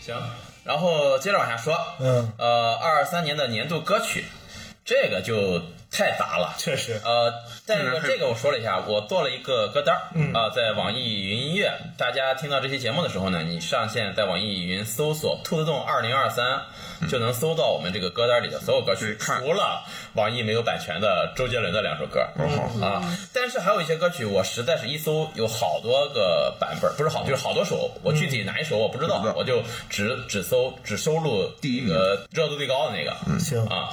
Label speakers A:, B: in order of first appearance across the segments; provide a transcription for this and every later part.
A: 行，然后接着往下说，
B: 嗯，
A: 呃，二三年的年度歌曲，这个就太杂了。
B: 确实，
A: 呃，但是
C: 嗯
A: 这个我说了一下，我做了一个歌单儿，
B: 嗯
A: 啊、在网易云音乐，大家听到这期节目的时候呢，你上线在网易云搜索“兔子洞二零二三”，就能搜到我们这个歌单里的所有歌曲
C: 嗯对，看
A: 除了网易没有版权的周杰伦的两首歌。
C: 哦，
A: 啊，但是还有一些歌曲，我实在是一搜有好多个版本，不是好，就是好多首，我具体哪一首我不知道，
C: 嗯不知道
A: 我就只只搜只收录
C: 第一名
A: 个热度最高的那个。嗯
B: 行，
A: 啊，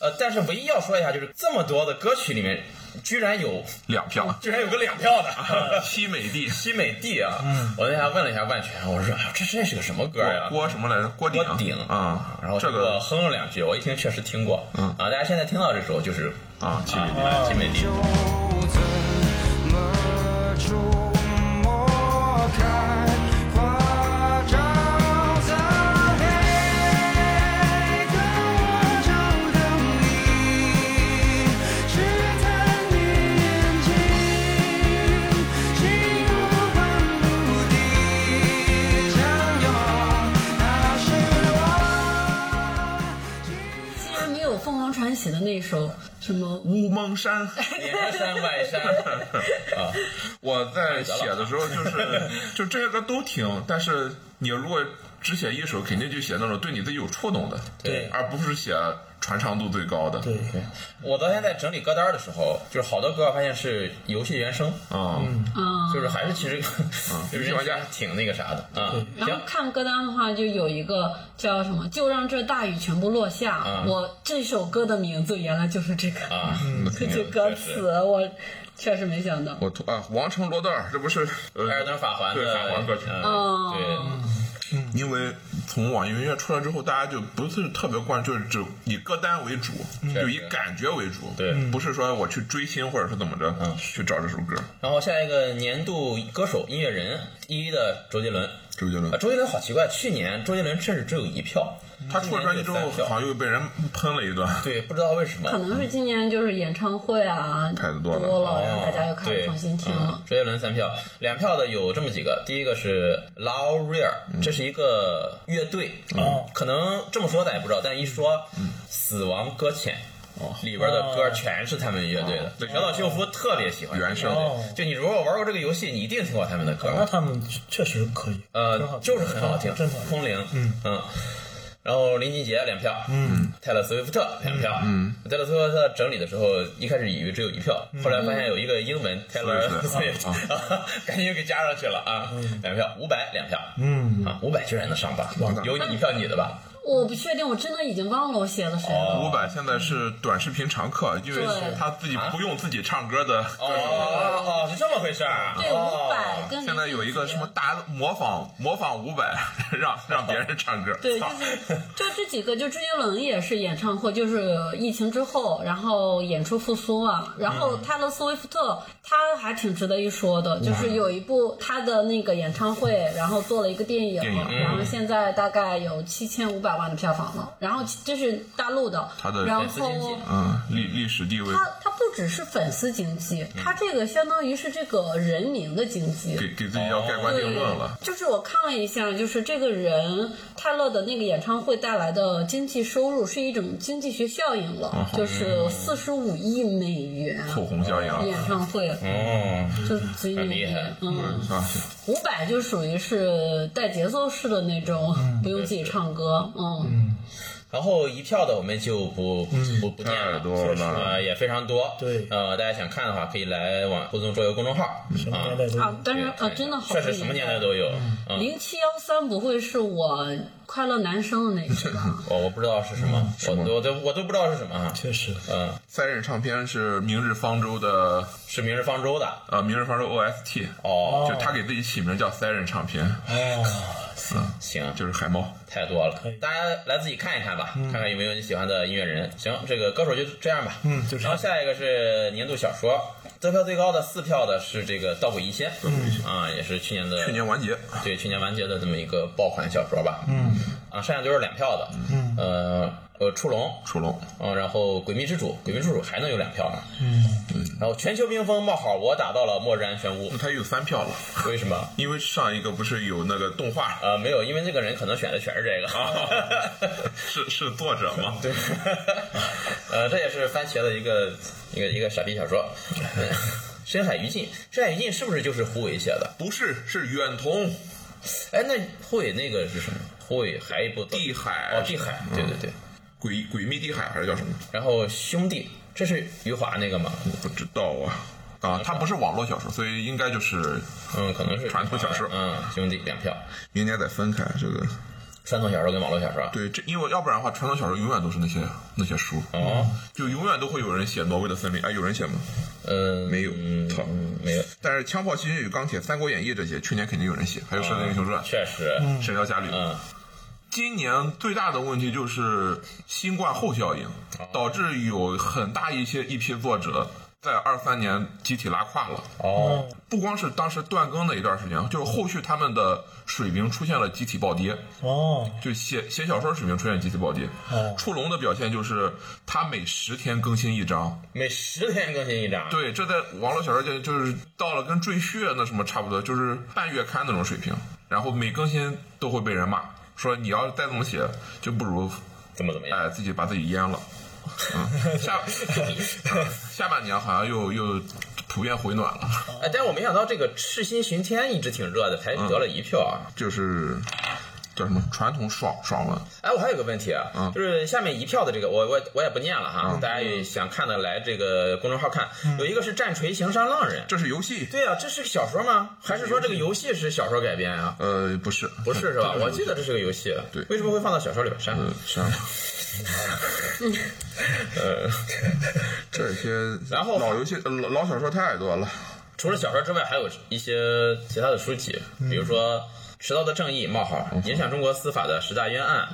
A: 呃，但是唯一要说一下，就是这么多的歌曲里面，居然有
C: 两票，
A: 居然有个两票 的
C: 西美帝，
A: 西美帝啊！
C: 嗯
A: 我那天还问了一下万全，我说哎呦这这是个什么歌
C: 郭
B: 啊
A: 呀、
C: 郭什么来着？郭顶，
A: 郭顶
C: 啊，
A: 然后
C: 这
A: 他给我
C: 个
A: 哼了两句，我一听确实听过。嗯啊，大家现在听到这首就是
C: 啊，
A: 西美帝啊，西美帝。
D: 就怎么触摸开花罩在黑，跟我照亮你，试探你眼睛，心如半路的相拥，那是我。
E: 竟然没有凤凰传奇的那首什么
C: 乌蒙山。
A: 连山外山啊，
C: 我在写的时候就是 就这些歌都听，但是你如果只写一首，肯定就写那种对你自己有触动的，
A: 对
C: 而不是写传唱度最高的。
B: 对，
A: 我昨天在整理歌单的时候，就是好多歌我发现是游戏原声，
C: 嗯，
E: 啊？
A: 就是还是其实 就是
C: 游戏玩家
A: 挺那个啥的啊。
E: 然后
A: 行，
E: 看歌单的话，就有一个叫什么“就让这大雨全部落下”
A: 啊
E: 我这首歌的名字原来就是这个，
A: 啊，
E: 嗯这
A: 肯
E: 句
A: 定
E: 歌
A: 确实
E: 词我确实没想到。
C: 我突啊，王城罗德尔，这不是
A: 《艾尔
C: 呃，
A: 登法环》
C: 对
A: 的
C: 法环歌曲
A: 嗯
E: 哦
A: 对，
C: 因为从网易云音乐出来之后，大家就不是特别关注，就是只以歌单为主，就以感觉为主，
A: 对
C: 不是说我去追星或者是怎么着，
A: 嗯
C: 去找这首歌。
A: 然后下一个年度歌手音乐人第一的周杰伦啊，
C: 周杰伦，
A: 周杰伦好奇怪，去年周杰伦甚至只有一票，
C: 他出了专辑之后，
A: 今年只有三
C: 好
A: 票
C: 像又被人喷了一顿，
A: 对，不知道为什么
E: 可能是今年就是演唱会啊
C: 太多了
A: 哦
E: 然后大家又开始
A: 对
E: 重新
A: 嗯
E: 听了。
A: 周杰伦三票，两票的有这么几个，第一个是 Laurier，、这是一个乐队啊、可能这么说咱也不知道，但一说、死亡搁浅。里边
E: 哦
A: 的歌全是他们乐队的，
C: 对
A: 小岛秀夫特别喜欢
C: 原声
E: 哦
A: 乐队就你如果玩过这个游戏，你一定听过他们的歌。
B: 那他们确实可以，
C: 啊
B: 挺好
A: 呃，
B: 听
A: 就是很好听，
B: 真好听。
A: 空灵，
B: 嗯
A: 然后林俊杰两票，嗯，泰勒·斯威夫特两票，嗯，泰勒·斯威夫特整理的时候，一开始以为只有一票，后来发现有一个英文泰勒·斯威夫特， 赶紧又给加上去了啊，两票，五百两票，
B: 嗯
A: 啊，五百居然能上榜，有你一票你的吧？哦
E: 我不确定，我真的已经忘了我写了谁了。
C: 伍佰现在是短视频常客，因为
E: 对
C: 他自己不用自己唱歌的
A: 哦
C: 歌手。
A: 哦，是这么回事儿，哦
E: 对，伍佰跟林
C: 现在有一个
E: 俊杰
C: 什么大模仿模仿伍佰，让让别人唱歌。
E: 对，就
C: 操
E: 是 就这几个，就周杰伦也是演唱会，就是疫情之后，然后演出复苏嘛。然后泰勒·斯威夫特，他还挺值得一说的，就是有一部他的那个演唱会，然后做了一个电影
C: 电影，
E: 然后现在大概有七千五百万的票房了。然后这是大陆的
C: 他的，
E: 然
A: 粉丝经济
E: 后。
C: 嗯，历历史地位
E: 他他不只是粉丝经济，他这个相当于是这个人民的经济，
C: 给给自己要盖棺定论了。
E: 就是我看了一下，就是这个人泰勒的那个演唱会带来的经济收入是一种经济学效应了，就是四十五亿美元
C: 口红效应啊
E: 演唱会，
A: 哦，
E: 就贼牛
A: 很
E: 逼
A: 厉害。
E: 嗯，
C: 啊，
E: 伍佰就属于是带节奏式的那种，不用自己唱歌。嗯，
A: 然后一票的我们就不不不念了，
C: 太多了
A: 呃，也非常多。
B: 嗯对嗯
A: 呃，大家想看的话，可以来往互动桌游公众号
B: 什么
A: 啊
B: 年代，都有
E: 啊，但是啊，真的好
A: 确实什么年代都有。嗯，
E: 零七幺三不会是我快乐男生的那一 吧？
A: 呃我我不知道是什
B: 嗯
A: 么，我都我都我都不知道是什么啊。
B: 确实，
A: 嗯，
C: 三人唱片是明日方舟的，
A: 是明日方舟的
C: 呃，明日方舟 OST，
A: 哦。
C: 就他给自己起名叫三人唱片，
B: 哦，
A: 行，
C: 就是海猫。
A: 太多了
B: 可以，嗯
A: 大家来自己看一看吧，看看有没有你喜欢的音乐人。行，这个歌手就这样吧。
B: 嗯就这样
A: 然后下一个是年度小说，得票最高的四票的是这个《道鬼一仙》，
B: 嗯
A: 啊，也是去年的
C: 去年完结，
A: 对去年完结的这么一个爆款小说吧。嗯，啊，剩下就是两票的。嗯，呃，呃，触龙，
C: 出笼。
A: 嗯，然后《诡秘之主》，《诡秘之主》还能有两票呢。嗯，然后《全球冰封》冒号我打到了末日安全屋
C: 那，他有三票了，
A: 为什么？
C: 因为上一个不是有那个动画，
A: 呃，没有，因为那个人可能选的全是这个。
C: 是是作者吗？
A: 对，呃，这也是番茄的一个一个一个傻逼小说，嗯深海余烬》。《深海余烬》是不是就是胡伟写的？
C: 不是，是远瞳
A: 哎，那胡伟那个是什么？胡伟还有一部作
C: 地海
A: 哦，地海，对对对。
C: 鬼鬼秘地海还是叫什么？
A: 然后兄弟，这是余华那个吗？
C: 我不知道啊。啊，它不是网络小说，所以应该就是
A: 嗯，可能是
C: 传统小说
A: 嗯，兄弟两票，
C: 明年再分开这个。
A: 传统小说跟网络小说啊。
C: 对，这因为要不然的话，传统小说永远都是那些那些书，
A: 哦，
C: 就永远都会有人写《挪威的森林》。哎，有人写吗？
A: 嗯，
C: 没有
A: 嗯
C: 操
A: 嗯没有，
C: 但是《枪炮、吸血与钢铁》《三国演义》这些，去年肯定有人写，还有《射雕英雄传》
A: 啊确实，
C: 《神雕侠侣》
A: 嗯，
C: 今年最大的问题就是新冠后效应，
A: 哦
C: 导致有很大一些一批作者在二三年集体拉胯了。
A: 哦，
C: 不光是当时断更的一段时间，就是后续他们的水平出现了集体暴跌，
B: 哦，
C: 就写写小说水平出现集体暴跌。
B: 哦
C: 触龙的表现就是他每十天更新一章，
A: 每十天更新一章。
C: 对，这在网络小说界就是到了跟赘婿那什么差不多，就是半月刊那种水平。然后每更新都会被人骂，说你要再这么写，就不如
A: 怎么怎么样？
C: 哎自己把自己淹了。嗯，下下半年好像又又普遍回暖了，
A: 哎，但我没想到这个《赤心巡天》一直挺热的，才得
C: 嗯
A: 了一票啊。
C: 就是叫什么传统爽爽文，
A: 哎，我还有个问题啊，
C: 嗯
A: 就是下面一票的这个，我我我也不念了哈，大家也想看的来这个公众号看。有一个是战锤行山浪人，
C: 这是游戏。
A: 嗯对啊，这是个小说吗？还是说这个游戏是小说改编啊？
C: 呃，不是，
A: 不是是吧？我记得这是个游戏，
C: 对
A: 为什么会放到小说里边？删了
C: 呃，。删了。
A: 呃，
C: 这些
A: 然后
C: 老游戏、呃老老小说太多了。
A: 除了小说之外，还有一些其他的书籍，比如说《迟到的正义》冒号影响中国司法的十大冤案，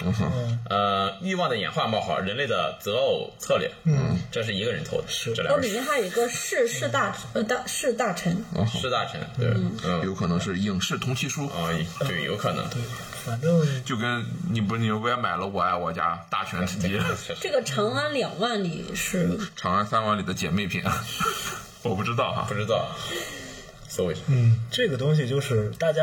A: 呃，《欲望的演化》冒号人类的择偶策略，嗯，这是一个人投的，这两
E: 哦，
A: 本
E: 里
A: 书
E: 面还有一个是是大呃大是大臣，
A: 是大臣，对，嗯，
C: 有可能是影视同期书，
A: 啊，对，有可能，
B: 对，反正
C: 就跟你不你不也买了《我爱我家》《大全世界》《
E: 这个长安两万里是
C: 长安三万里》的姐妹品， 我不知道哈
A: 不。知道，搜一下，
B: 嗯，这个东西就是大家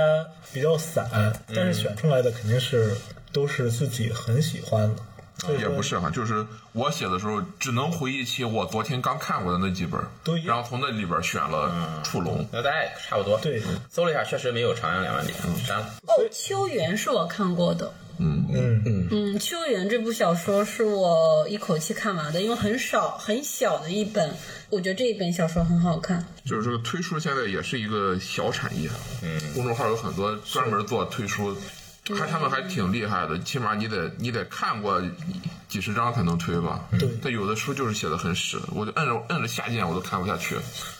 B: 比较散，
C: 嗯
B: 但是选出来的肯定是都是自己很喜欢的，所以
C: 也
B: 说
C: 不是哈，就是我写的时候，只能回忆起我昨天刚看过的那几本
B: 都一，样
C: 然后从那里边选了《触龙》。
A: 那大家也差不多，
B: 对
A: 搜了一下，确实没有《长安两万里》，删了，
E: 哦，秋园是我看过的。
B: 嗯
E: 嗯，《秋园》这部小说是我一口气看完的，因为很少很小的一本，我觉得这一本小说很好看。
C: 就是这个推书现在也是一个小产业，嗯，公众号有很多专门做推书，还他们还挺厉害的，起码你得你得看过几十章才能推吧。
A: 嗯
B: 对
C: 但有的书就是写的很屎，我就摁着摁着下键我都看不下去。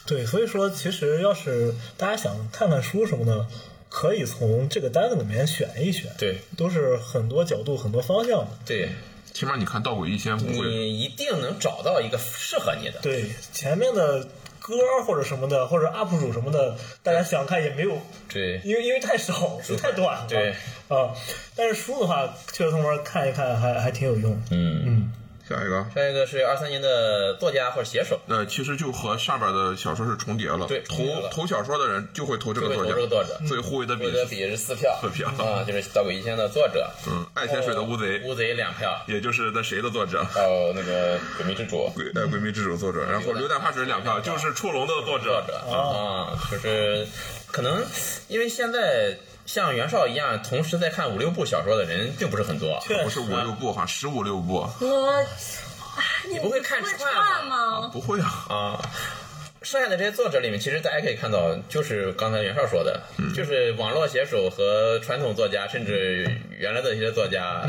B: 对，所以说其实要是大家想看看书什么的，可以从这个单子里面选一选，
A: 对，
B: 都是很多角度、很多方向的。
A: 对
C: 起码你看《道鬼一仙》不会，
A: 你一定能找到一个适合你的，
B: 对，前面的歌或者什么的，或者 UP 主什么的，大家想看也没有，
A: 对，
B: 因为因为太少，太短了。
A: 对
B: 啊，但是书的话，确实从头看一看还还挺有用。
A: 嗯。
B: 嗯，
C: 下一个。
A: 下一个是二三年的作家或者写手，
C: 呃，其实就和上边的小说是重叠了。
A: 对重叠
C: 投
A: 了
C: 投小说的人就会投这个
A: 就会投
C: 作家，
A: 这个作者
C: 所以互为的比
A: 韦德比是四票，
C: 四票
A: 啊，就是《盗鬼一千》的作者，
C: 嗯，爱潜水的乌贼，
A: 乌贼两票，
C: 也就是那谁的作者，
A: 还有那个《鬼迷之主》
C: 鬼呃鬼迷之主作者，然后榴弹怕水两票，就是触龙的作
A: 作
C: 者。
A: 者
B: 哦
A: 啊，就是可能因为现在像袁绍一样同时在看五六部小说的人并不是很多，
B: 确
C: 不
B: 实嗯
C: 是五六部哈，十五六部啊，
E: 我，啊你
A: 不会看
E: 不会
A: 串
E: 串
A: 吗
E: 吗？
C: 不会啊，
A: 啊。剩下的这些作者里面，其实大家可以看到，就是刚才袁绍说的，
C: 嗯
A: 就是网络写手和传统作家，甚至原来的一些作家，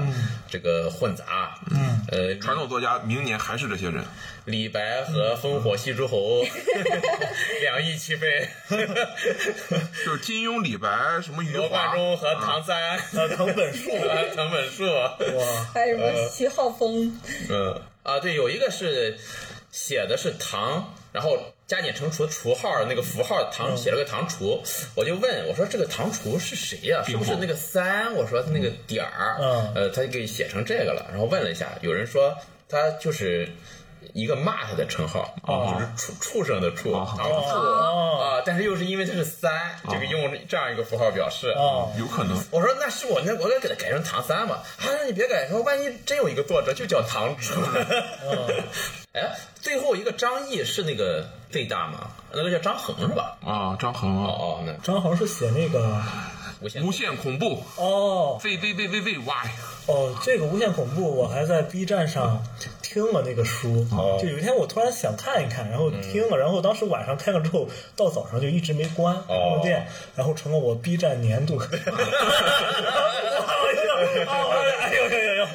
A: 这个混杂，嗯，呃，
C: 传统作家明年还是这些人，
A: 李白和烽火戏诸侯两翼齐飞，
C: 就是金庸、李白、什么余
A: 罗贯
C: 华，
A: 中和唐三，
B: 呃，藤 本树
A: 和藤本树，
B: 哇，
E: 还有哎
A: 呃
E: 什么徐浩峰？
A: 嗯啊，对，有一个是写的是唐然后加减乘除除号那个符号唐写了个唐厨，我就问我说这个唐厨是谁呀、是不是那个三？我说他那个点儿，
B: 嗯
A: 呃，他就给写成这个了。然后问了一下，有人说他就是。一个骂他的称号，就是畜畜生的畜，唐畜
B: 哦
A: 啊，但是又是因为他是三，这个用这样一个符号表示。嗯
B: 哦，
C: 有可能
A: 我说那是我那我该给他改成唐三嘛？啊，那你别改，说万一真有一个作者就叫唐主。 哎，最后一个张译是那个最大吗？那个叫张恒是吧？
C: 啊，张恒
A: 哦
C: 啊，
A: 哦，那
B: 张恒是写那个
A: 无限
C: 无限恐怖
B: 哦
C: Z Z Z Z Z Y，
B: 哦，这个《无限恐怖》，我还在 B 站上听了那个书，
A: 哦
B: 就有一天我突然想看一看，然
A: 嗯
B: 后听了，然后当时晚上看了之后，到早上就一直没关，开
A: 哦
B: 了店，然后成了我 B 站年 度。哎呦哎呦哎呦！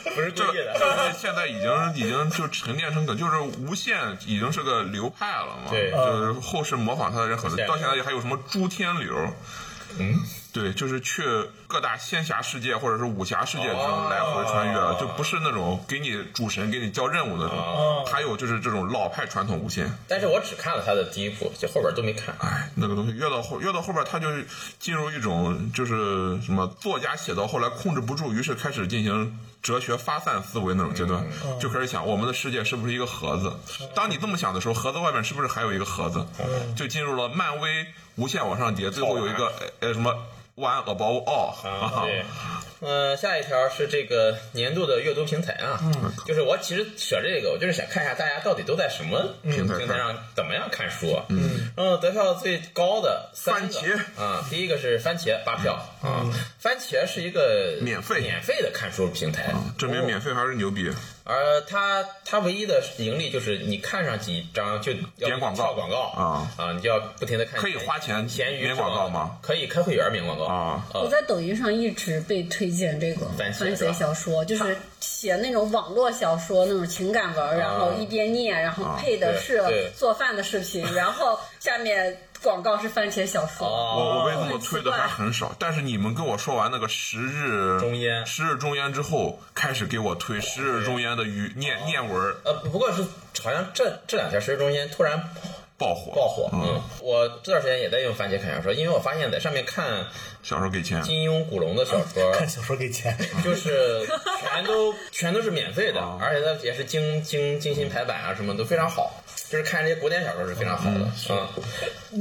A: 不是故
C: 这
A: 意的。
C: 这现在已经已经就沉淀成梗，就是无限已经是个流派了嘛。
A: 对嗯
C: 就是后世模仿他的人很
A: 现
C: 多，
A: 在
C: 到现在还有什么诸天流？
A: 嗯，
C: 对，就是去各大仙侠世界或者是武侠世界这
A: 哦
C: 种来回穿越，就不是那种给你主神给你交任务的那种。
A: 哦
C: 还有就是这种老派传统无限，
A: 但是我只看了他的第一部，就后边都没看。
C: 哎，那个东西越到后越到后边，他就进入一种就是什么作家写到后来控制不住，于是开始进行哲学发散思维那种阶段，就开始想我们的世界是不是一个盒子？当你这么想的时候，盒子外面是不是还有一个盒子？就进入了漫威无限往上叠，最后有一个呃什么 one above all
A: 啊， 对，嗯、下一条是这个年度的阅读平台啊，就是我其实选这个，我就是想看一下大家到底都在什么平
C: 平台看
A: 台上怎么样看书、啊。嗯，然后得票最高的三个
C: 番茄
A: 啊，第一个是番茄八票啊，番茄是一个
C: 免费
A: 免费的看书平台，哦
C: 证明免费还是牛逼。
A: 而它它唯一的盈利就是你看上几章就要
C: 点广告
A: 跳广告
C: 啊
A: 啊，你就要不停的看，
C: 可以花钱
A: 闲鱼
C: 免广告吗？
A: 可以开会员免广告
C: 啊
A: 呃
E: 我在抖音上一直被推荐这个
A: 番
E: 番
A: 茄是吧
E: 茄小说，就是写那种网络小说那种情感文儿，然后一边念，然后配的是
A: 啊对对
E: 做饭的视频，然后下面广告是番茄小说。
A: 哦，
C: 我我被这么推的还很少，但是你们跟我说完那个十日
A: 中烟
C: 十日中烟之后，开始给我推十日中烟的语念念文儿
A: 呃，不过是好像这这两条时中间突然
C: 爆火
A: 爆火。嗯
C: 嗯，，
A: 我这段时间也在用番茄看小说，因为我发现在上面看
C: 小时候给钱，
A: 金庸、古龙的小说，
B: 看小说给钱，
A: 就是全都全都是免费的，而且它也是精精精心排版啊，什么都非常好。就是看这些古典小说是非常好的，嗯，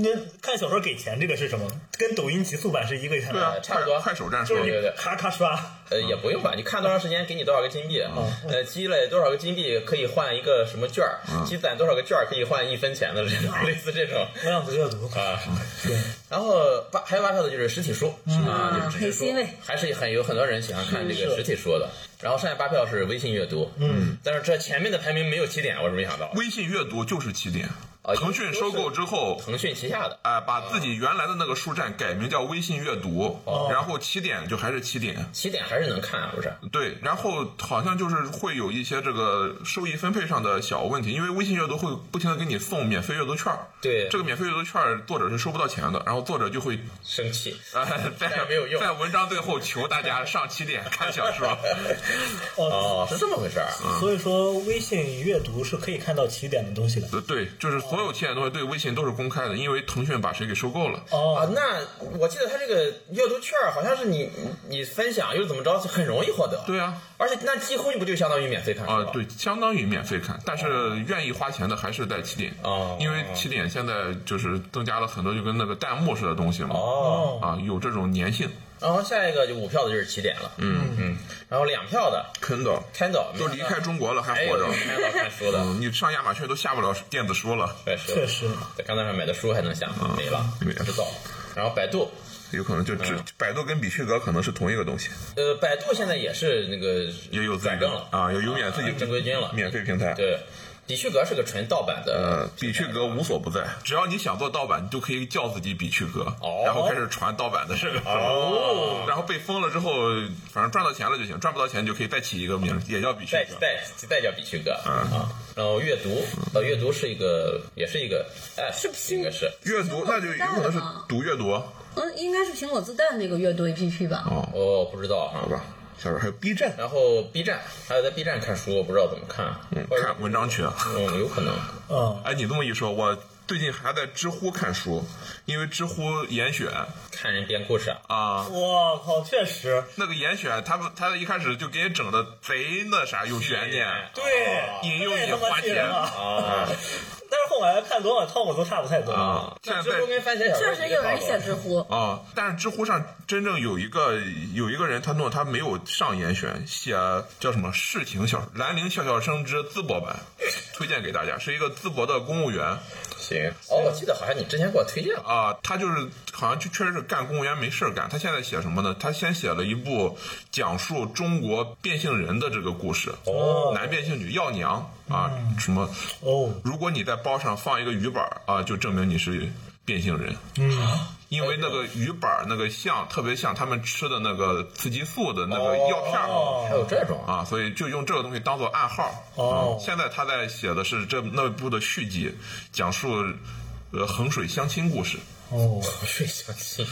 B: 那看小说给钱这个是什么？跟抖音极速版是一个意思
C: 对啊
B: 吗？
A: 呃差不多
C: 快快手战术
B: 就是。你
A: 对对对
B: 咔咔刷。
A: 呃，也不用吧，你看多长时间给你多少个金币，呃，积累多少个金币可以换一个什么券儿，积攒多少个券儿可以换一分钱的这种，类似这种
B: 量子阅读
A: 啊。
B: 对，
A: 然后八还有八票的就是实体书、啊，就是纸质
E: 很
A: 书
E: 欣慰，
A: 还是很有很多人喜欢看这个实体书的。然后剩下八票是微信阅读，嗯，但是这前面的排名没有起点，我是没想到。
C: 微信阅读就是起点
A: 啊，
C: 腾讯收购之后。
A: 腾讯旗下的，
C: 哎，把自己原来的那个书站改名叫微信阅读，
A: 哦
C: 然后起点就还是起点，
A: 起点还是能看啊，不是？
C: 对，然后好像就是会有一些这个收益分配上的小问题，因为微信阅读会不停的给你送免费阅读券儿，
A: 对
C: 这个免费阅读券儿作者是收不到钱的，然后作者就会
A: 生气。
C: 呃
A: 但
C: 在
A: 没有用
C: 在文章最后求大家上起点看小说，
B: 哦，
A: 哦，是这么回事儿啊。
B: 所以说微信阅读是可以看到起点的东西的。
C: 呃对，就是所有起点东西对微信都是公开的，因为腾讯把谁给收购了，
A: 啊
B: 哦，，
A: 那我记得他这个阅读券儿好像是你你分享又怎么着，就很容易获得。
C: 对啊，
A: 而且那几乎不就相当于免费看书
C: 啊、
A: 了？
C: 对，相当于免费看，但是愿意花钱的还是在起点，
A: 哦
C: 因为起点现在就是增加了很多就跟那个弹幕似的东西嘛，
A: 哦，
C: 啊，有这种粘性，
A: 然后下一个就五票的就是起点了，嗯嗯，然后两票的哎
C: 坑的。
A: Kindle
C: 都离开中国了还
A: 还有
C: 活着。
A: Kindle 看书的，
C: 嗯，你上亚马逊都下不了电子书了，
A: 确实
B: 确实，
A: 在刚才上买的书还能下吗没了，
C: 啊没了
A: 不知道。然后百度，
C: 有可能就
A: 嗯
C: 只百度跟比须格可能是同一个东西，
A: 呃，百度现在也是那个
C: 也有自己
A: 转
C: 的
A: 正了
C: 啊，有有免自己
A: 正规军了
C: 免费平台。
A: 对，比趣格是个纯盗版的，
C: 呃，比趣格无所不在，只要你想做盗版，你就可以叫自己比趣格
A: 哦，
C: 然后开始传盗版的这个。
A: 哦，
C: 然后被封了之后，反正赚到钱了就行，赚不到钱就可以再起一个名，也叫比趣
A: 再
C: 格。
A: 再再叫比趣格
C: 嗯
A: 啊。然后阅读，呃，阅读是一个，也是一个，哎，是应该是。
C: 阅读那就有可能是读阅读，
E: 嗯，应该是苹果自带那个阅读 APP 吧？
A: 哦，不知道
C: 好
A: 啊。
C: 吧？小说，还有 B 站，
A: 然后 B 站还有在 B 站看书，我不知道怎么看，嗯
C: 看文章群。
A: 嗯，有可能。
B: 嗯，
C: 哎，你这么一说，我最近还在知乎看书，因为知乎严选
A: 看人编故事啊，
C: 啊，
B: 我靠，确实，
C: 那个严选，他们他一开始就给你整的贼那啥，有悬念，
B: 对，
C: 引诱
B: 太
C: 你
B: 他妈
C: 花
B: 气
C: 钱
B: 人了。
A: 啊，
B: 但是后来看罗马汤姆都差不太多
C: 啊！现在
A: 知乎跟番茄小说
E: 确实有人写知乎，
C: 啊，但是知乎上真正有一个有一个人，他弄他没有上严选，写叫什么世情小说《兰陵笑笑生之淄博版》，推荐给大家，是一个淄博的公务员
A: 行。哦，我记得好像你之前给我推荐过，
C: 啊，他就是好像就确实是干公务员没事儿干，他现在写什么呢？他先写了一部讲述中国变性人的这个故事，
B: 哦
C: 男变性女要娘啊，什么
B: 哦，
C: 如果你在包上放一个鱼板儿啊，就证明你是变性人。嗯，因为那个鱼板儿那个像特别像他们吃的那个雌激素的那个药片儿。
A: 还有这种啊，
C: 啊，所以就用这个东西当做暗号。
B: 哦
C: 啊现在他在写的是这那部的续集，讲述呃衡水相亲故事。
B: 哦，
A: 水相亲。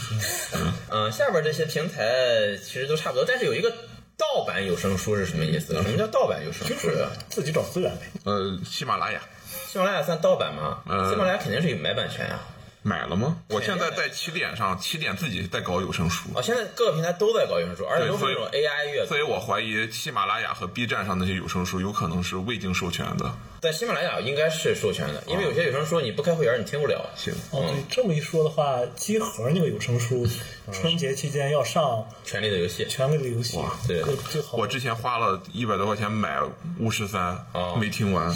A: 嗯，下边这些平台其实都差不多，但是有一个盗版有声书是什么意思？什么叫盗版有声
B: 就
A: 书啊
B: 是啊
A: 呀？
B: 自己找资源呗。
C: 呃，喜马拉雅
A: 喜马拉雅算盗版吗？
C: 嗯
A: 喜马拉雅肯定是有买版权啊。
C: 买了吗？我现在
A: 对
C: 在起点上，起点自己在搞有声书
A: 哦，，现在各个平台都在搞有声书，而且都是那种 AI 阅读
C: 所。以我怀疑喜马拉雅和 B 站上那些有声书有可能是未经授权的。
A: 在喜马拉雅应该是授权的，因为有些有声书你不开会员你听不了。
C: 行，
B: 哦，对，这么一说的话，集合那个有声书，春节期间要上
A: 《权力的游戏》
B: 《权力的游戏》，
A: 对
B: 最最好
C: 我。之前花了一百多块钱买巫师三
A: 哦，嗯
C: 没听完。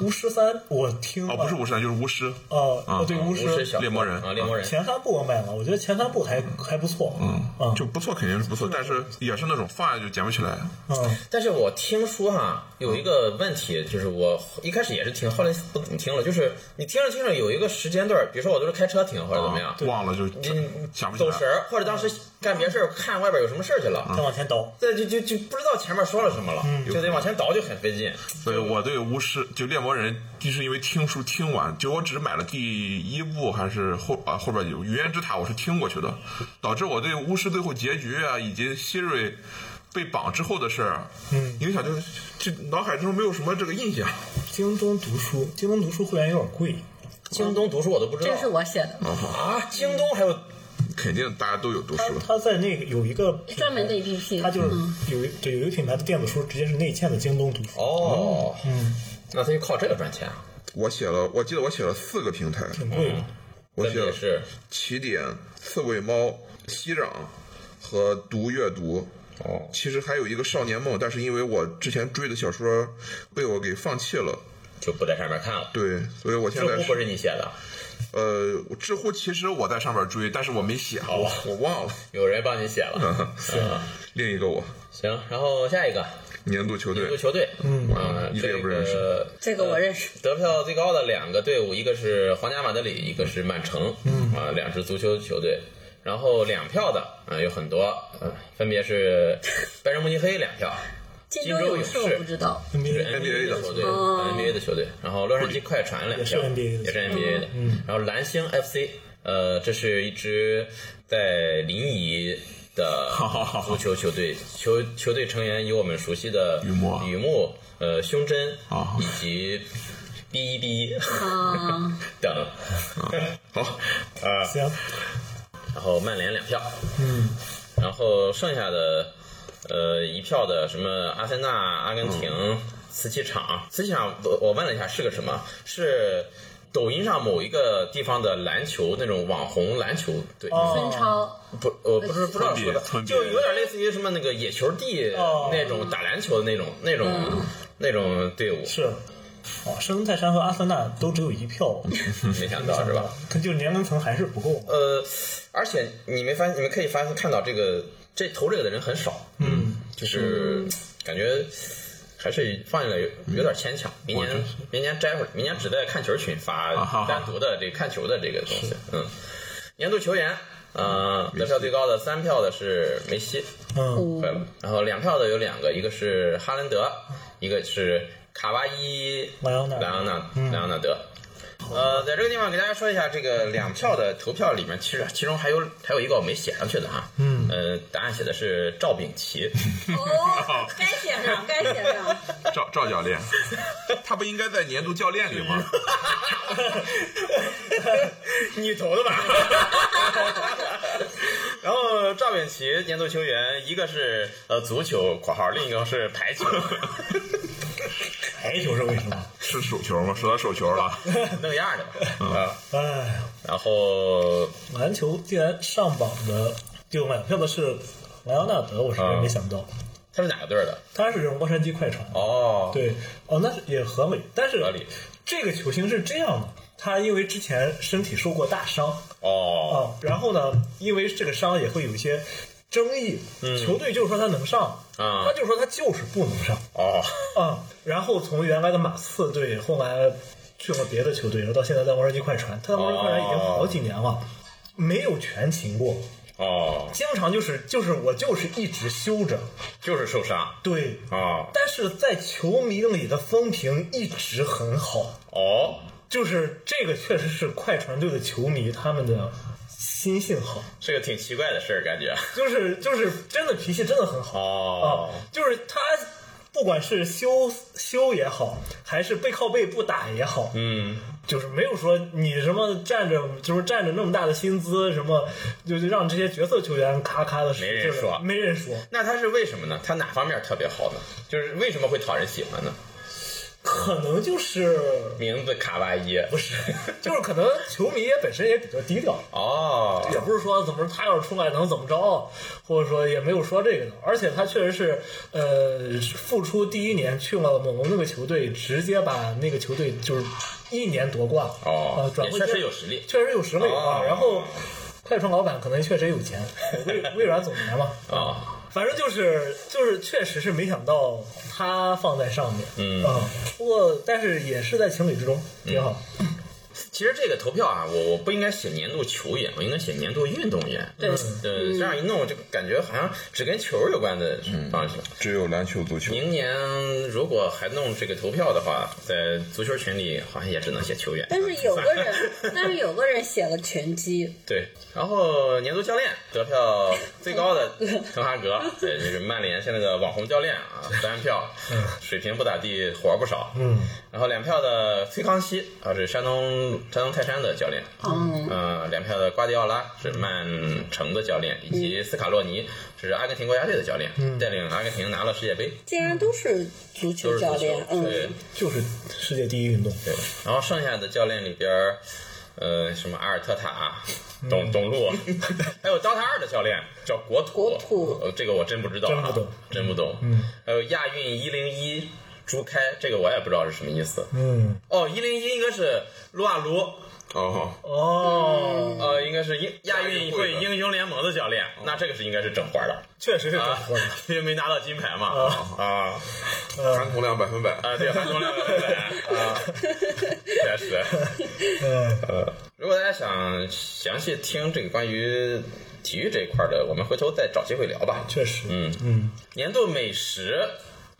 B: 巫师三我听了，
C: 哦，不是巫师三，就是巫师。
B: 哦
C: 啊
B: 哦，对，巫
A: 是
B: 师
A: 小
C: 猎魔人
A: 啊，猎魔人。
B: 前三部我买了，我觉得前三部还还不错。嗯啊，
C: 就不错，肯定是不
A: 嗯
C: 错，但是也是那种放下就捡不起来。
B: 嗯，
A: 但是我听说哈，有一个问题，就是我一开始也是听，后来不怎么听了。就是你听着听着有一个时间段儿，比如说我都是开车听或者怎么样
C: 啊，忘了就
A: 你你
C: 想不起
A: 走
C: 来嗯
A: 神。儿，或者当时干别事儿，看外边有什么事儿去了，
B: 再往前倒，
A: 这就就就不知道前面说了什么了，就得往前倒就很费劲。
C: 所以我对巫师就猎魔人，就是因为听书听完，就我只买了第一部还是后啊后边有原之塔，我是听过去的，导致我对巫师最后结局啊以及希瑞被绑之后的事儿，嗯，影响就是就脑海中没有什么这个印象。
B: 京东读书，京东读书会员有点贵。
A: 京东读书我都不知道
E: 这
C: 嗯
E: 是我写的，
A: 啊，京东还有
C: 肯定大家都有读
B: 他
C: 书。
B: 他在那个有一个品牌
E: 专门的 APP
B: 他就是有一对有一个品牌的电子书直接是内嵌的京东读书。
A: 哦，
C: 嗯
A: 那他就靠这个赚钱啊。
C: 我写了，我记得我写了四个平台，
B: 挺贵的，
C: 我
A: 嗯分
C: 写
A: 别
C: 了
A: 是
C: 起点、刺猬猫、熙壤和读阅读。
A: 哦
C: 其实还有一个少年梦，但是因为我之前追的小说被我给放弃了，
A: 就不在上面看了。
C: 对，所以我
A: 知
C: 现在
A: 乎不是你写的，
C: 呃，知乎其实我在上面追，但是我没写，我我忘了。
A: 有人帮你写 了。嗯
C: 另一个我
A: 行，然后下一个
C: 年度球
A: 民族
C: 队，
A: 球队，嗯啊，
C: 一个
A: 这
C: 也不认识
A: 个
E: 这个我认识。
A: 得票最高的两个队伍，一个是皇家马德里，一个是曼城，嗯啊，两支足球球队。然后两票的啊、有很多，嗯、分别是 拜仁慕尼黑两票，
E: 金
A: 州
E: 州
A: 勇
E: 勇
A: 士
E: 士我不知道，
A: 就是
C: NBA 的
A: 球队、n b a 的球队，然后洛杉矶快船两票，
B: 也是 NBA 的
A: 也是 NBA 的，嗯然后蓝星 FC，呃，这是一支在临沂的足球球队，球球队成员有我们熟悉的
C: 雨墨
A: 雨墨，呃，胸针
C: 啊
A: 以及 B 一 B 一
E: 嗯，
A: 等，
C: 好，
B: 行，
A: 然后曼联两票，
B: 嗯，
A: 然后剩下的呃一票的什么阿森纳、阿根廷、瓷器厂，瓷器厂我我问了一下是个什么？是抖音上某一个地方的篮球那种网红篮球队。
B: 哦哎
E: 孙超，
A: 不，我不是不知道
C: 村
A: 说
C: 比
A: 的，
C: 村比
A: 就有点类似于什么那个野球地
B: 哦嗯
A: 那种打篮球的那种那种那种队 伍，
B: 是。哦，圣泰山和阿森纳都只有一票，
A: 没想到 是吧？？
B: 他就年龄层还是不够嘛。
A: 呃，而且你没发，你们可以发看到这个这投这个的人很少，嗯，就是感觉还是放下来有有点牵强。明
C: 嗯我
A: 年
C: 真是
A: 明年摘回来，明年只在看球群发
C: 啊好好
A: 单独的这个看球的这个东西，嗯，年度球员。呃，
C: 嗯
A: 得票最高的三票的是梅西，
B: 嗯，
A: 对了，然后两票的有两个，一个是哈兰德，一个是卡哇伊
B: 莱昂纳德嗯
A: 莱昂纳莱昂纳德。呃，在这个地方给大家说一下，这个两票的投票里面，其实啊其中还有还有一个我没写上去的哈，嗯，呃，答案写的是赵炳奇，
E: 哦，该写上，该写上。
F: 赵赵教 练，他不应该在年度教练里吗？
A: 你投的吧？ 然后赵炳奇年度球员，一个是呃足 球（括号），另一个是排球。
B: 排球是为什么？
F: 是手球吗？说到手球 了，
A: 弄样儿的吧。啊，
B: 哎，
A: 然后
B: 篮球竟然上榜的第五两票的是莱昂纳德，我是真没想到，
A: 他是哪个队儿的？
B: 他是洛杉矶快船。
A: 嗯哦，
B: 对，哦，那也合理，但是
A: 合理
B: 这个球星是这样的，他因为之前身体受过大伤啊、
A: 哦，
B: 然后呢，因为这个伤也会有一些争议，球队就是说他能上，
A: 啊
B: 他就说他就是不能上
A: 哦，
B: 啊、然后从原来的马刺队，后来去了别的球队，然后到现在在洛杉矶快船，他在洛杉矶快船已经好几年了，没有全勤过，
A: 哦，
B: 经常就是就是我就是一直休着，
A: 就是受伤。
B: 对。
A: 哦，
B: 但是在球迷里的风评一直很好，
A: 哦，
B: 就是这个确实是快船队的球迷他们的心性好，
A: 是个挺奇怪的事儿，感觉。
B: 就是就是真的脾气真的很好、
A: 哦
B: 啊，就是他不管是修修也好，还是背靠背不打也好，
A: 嗯，
B: 就是没有说你什么站着就是站着那么大的薪资什么，就就让这些角色球员咔咔的，
A: 没人说
B: 没人说，
A: 那他是为什么呢？他哪方面特别好呢？就是为什么会讨人喜欢呢？
B: 可能就是
A: 名字卡哇伊。
B: 不是， 就是可能球迷也本身也比较低调，
A: 哦，
B: 也不是说怎么他要是出来能怎么着，啊或者说也没有说这个的。而且他确实是，呃，复出第一年去了猛龙那个球队，直接把那个球队就是一年夺冠。
A: 哦
B: 呃，转
A: 也
B: 会
A: 确实
B: 期
A: 有实力
B: 确实有实力啊。
A: 哦
B: 然后，快船老板可能确实有钱，微微软总裁嘛。
A: 哦，
B: 反正就是就是，确实是没想到他放在上面，
A: 嗯
B: 啊不过但是也是在情理之中，挺好。
A: 嗯其实这个投票啊，我我不应该写年度球员，我应该写年度运动员。对对，这样一弄，就感觉好像只跟球有关的放进去了。
F: 只有篮球、足球。
A: 明年如果还弄这个投票的话，在足球群里好像也只能写球员。，
E: 但是有个人但是有个人写了拳击，
A: 对，然后年度教练得票最高 的滕哈格，对，就是曼联现在的网红教练 啊，三票，水平不咋地，活儿不少。嗯，然后两票的崔康熙啊，是山东山东泰山的教练。
E: 嗯，
A: 呃，两票的瓜迪奥拉是曼城的教练，以及斯卡洛尼是阿根廷国家队的教练，带领阿根廷拿了世界杯，
E: 竟然都是足
A: 都
E: 球
A: 是足
E: 教
A: 球
E: 练，
A: 对
E: 嗯，
B: 就是世界第一运动，
A: 对，然后剩下的教练里边儿，呃，什么阿尔特塔、
B: 嗯
A: 董董 路，还有《DOTA 二》的教练叫国土，
E: 国土
A: 呃，这个我真不知道、啊，
B: 真不懂，
A: 真不懂。嗯，还有亚运一零一朱开，这个我也不知道是什么意思。
B: 嗯，
A: 哦，一零一应该是撸啊撸，
F: 哦，
B: 哦，
A: 呃，应该是英亚运会英雄联盟的教练，那这个是应该是整活儿的
B: 确实是这么
A: 啊
B: 说的。，
A: 因为没拿到金牌嘛。
B: 哦
A: 啊
F: 含铜量百分百。
A: 啊，对，韩国两个 人啊，确实。呃
B: 嗯，
A: 如果大家想详细听这个关于体育这一块的，我们回头再找机会聊吧。
B: 确实，
A: 嗯
B: 嗯，
A: 年度美食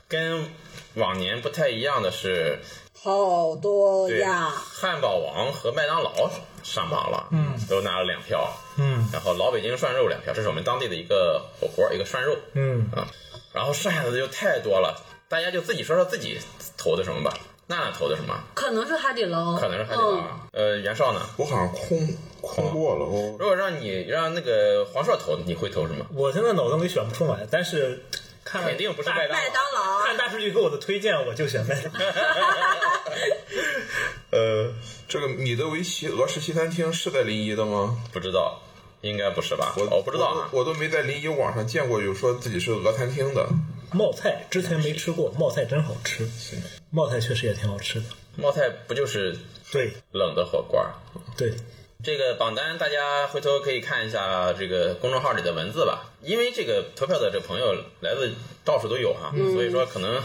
A: 跟往年不太一样的是，
E: 好多
A: 对，
E: 呀，
A: 汉堡王和麦当劳上榜了，嗯，都拿了两票，
B: 嗯，
A: 然后老北京涮肉两票，这是我们当地的一个火锅，一个涮肉，
B: 嗯
A: 啊，然后剩下的就太多了，大家就自己说说自己投的什么吧。娜娜投的什么？
E: 可能是海底捞，
A: 可能是汉堡
E: 嗯
A: 王。呃，袁绍呢？
F: 我好像空空过了，我
A: 如果让你让那个黄硕投，你会投什么？
B: 我现在脑子里选不出来，但是看
A: 肯定不是麦当
E: 麦
A: 劳。
E: 当劳，啊
B: 看大数据给我的推荐，我就选麦当劳。
F: 呃，这个米德维奇俄式西餐厅是在临沂的吗？
A: 不知道，应该不是吧？
F: 我
A: 我不知道啊。
F: 我我都没在临沂网上见过有说自己是俄餐厅的。
A: 哦
B: 冒菜之前没吃过，冒菜真好吃，冒菜确实也挺好吃的。
A: 冒菜不就是
B: 对
A: 冷的火锅儿？
B: 对，
A: 这个榜单大家回头可以看一下这个公众号里的文字吧，因为这个投票的这个朋友来自
E: 嗯
A: 到处都有哈，所以说可能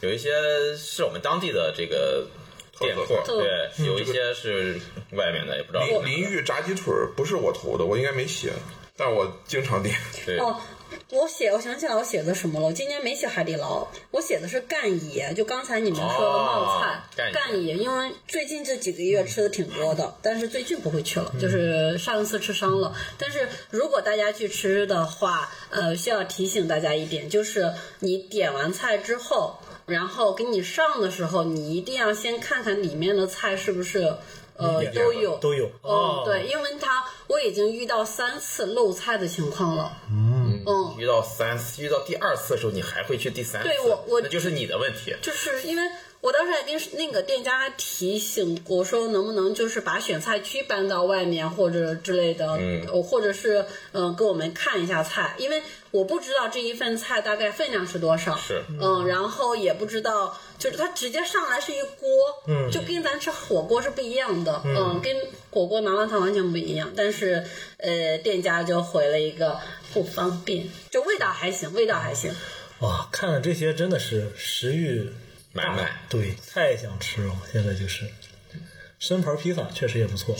A: 有一些是我们当地的这个。店铺，
E: 特
A: 对，有一些是外面的，也不知道。
C: 林林玉炸鸡腿儿不是我投的，我应该没写，但我经 常点。
A: 对，
E: 哦，我写，我想起来我写的什么了。我今年没写海底捞，我写的是干爷，就刚才你们说的冒
A: 哦
E: 菜、
A: 干爷
E: 干爷，因为最近这几个月吃的挺多的，但是最近不会去了，就是
A: 嗯
E: 上一次吃伤了。但是如果大家去吃的话，呃，需要提醒大家一点，就是你点完菜之后，然后给你上的时候，你一定要先看看里面的菜是不是。呃，
B: 也
E: 都有
B: 都有哦
E: 嗯，对，因为他我已经遇到三次漏菜的情况了，嗯，
A: 遇到三次，遇到第二次的时候，你还会去第三次，
E: 对我我
A: 那就是你的问题。
E: 就是因为我当时还跟那个店家提醒我说，能不能就是把选菜区搬到外面或者之类的，
A: 嗯
E: 呃或者是嗯、呃给我们看一下菜，因为我不知道这一份菜大概分量是多少，
A: 是
E: 嗯，然后也不知道，就是它直接上来是一锅，嗯，就跟咱吃火锅是不一样的，嗯，跟火锅麻辣烫完全不一样。但是，呃，店家就回了一个不方便，就味道还行，味道还行，
B: 哇，看了这些真的是食欲
A: 买卖
B: 对，太想吃了，现在就是。生盘披萨确实也不错，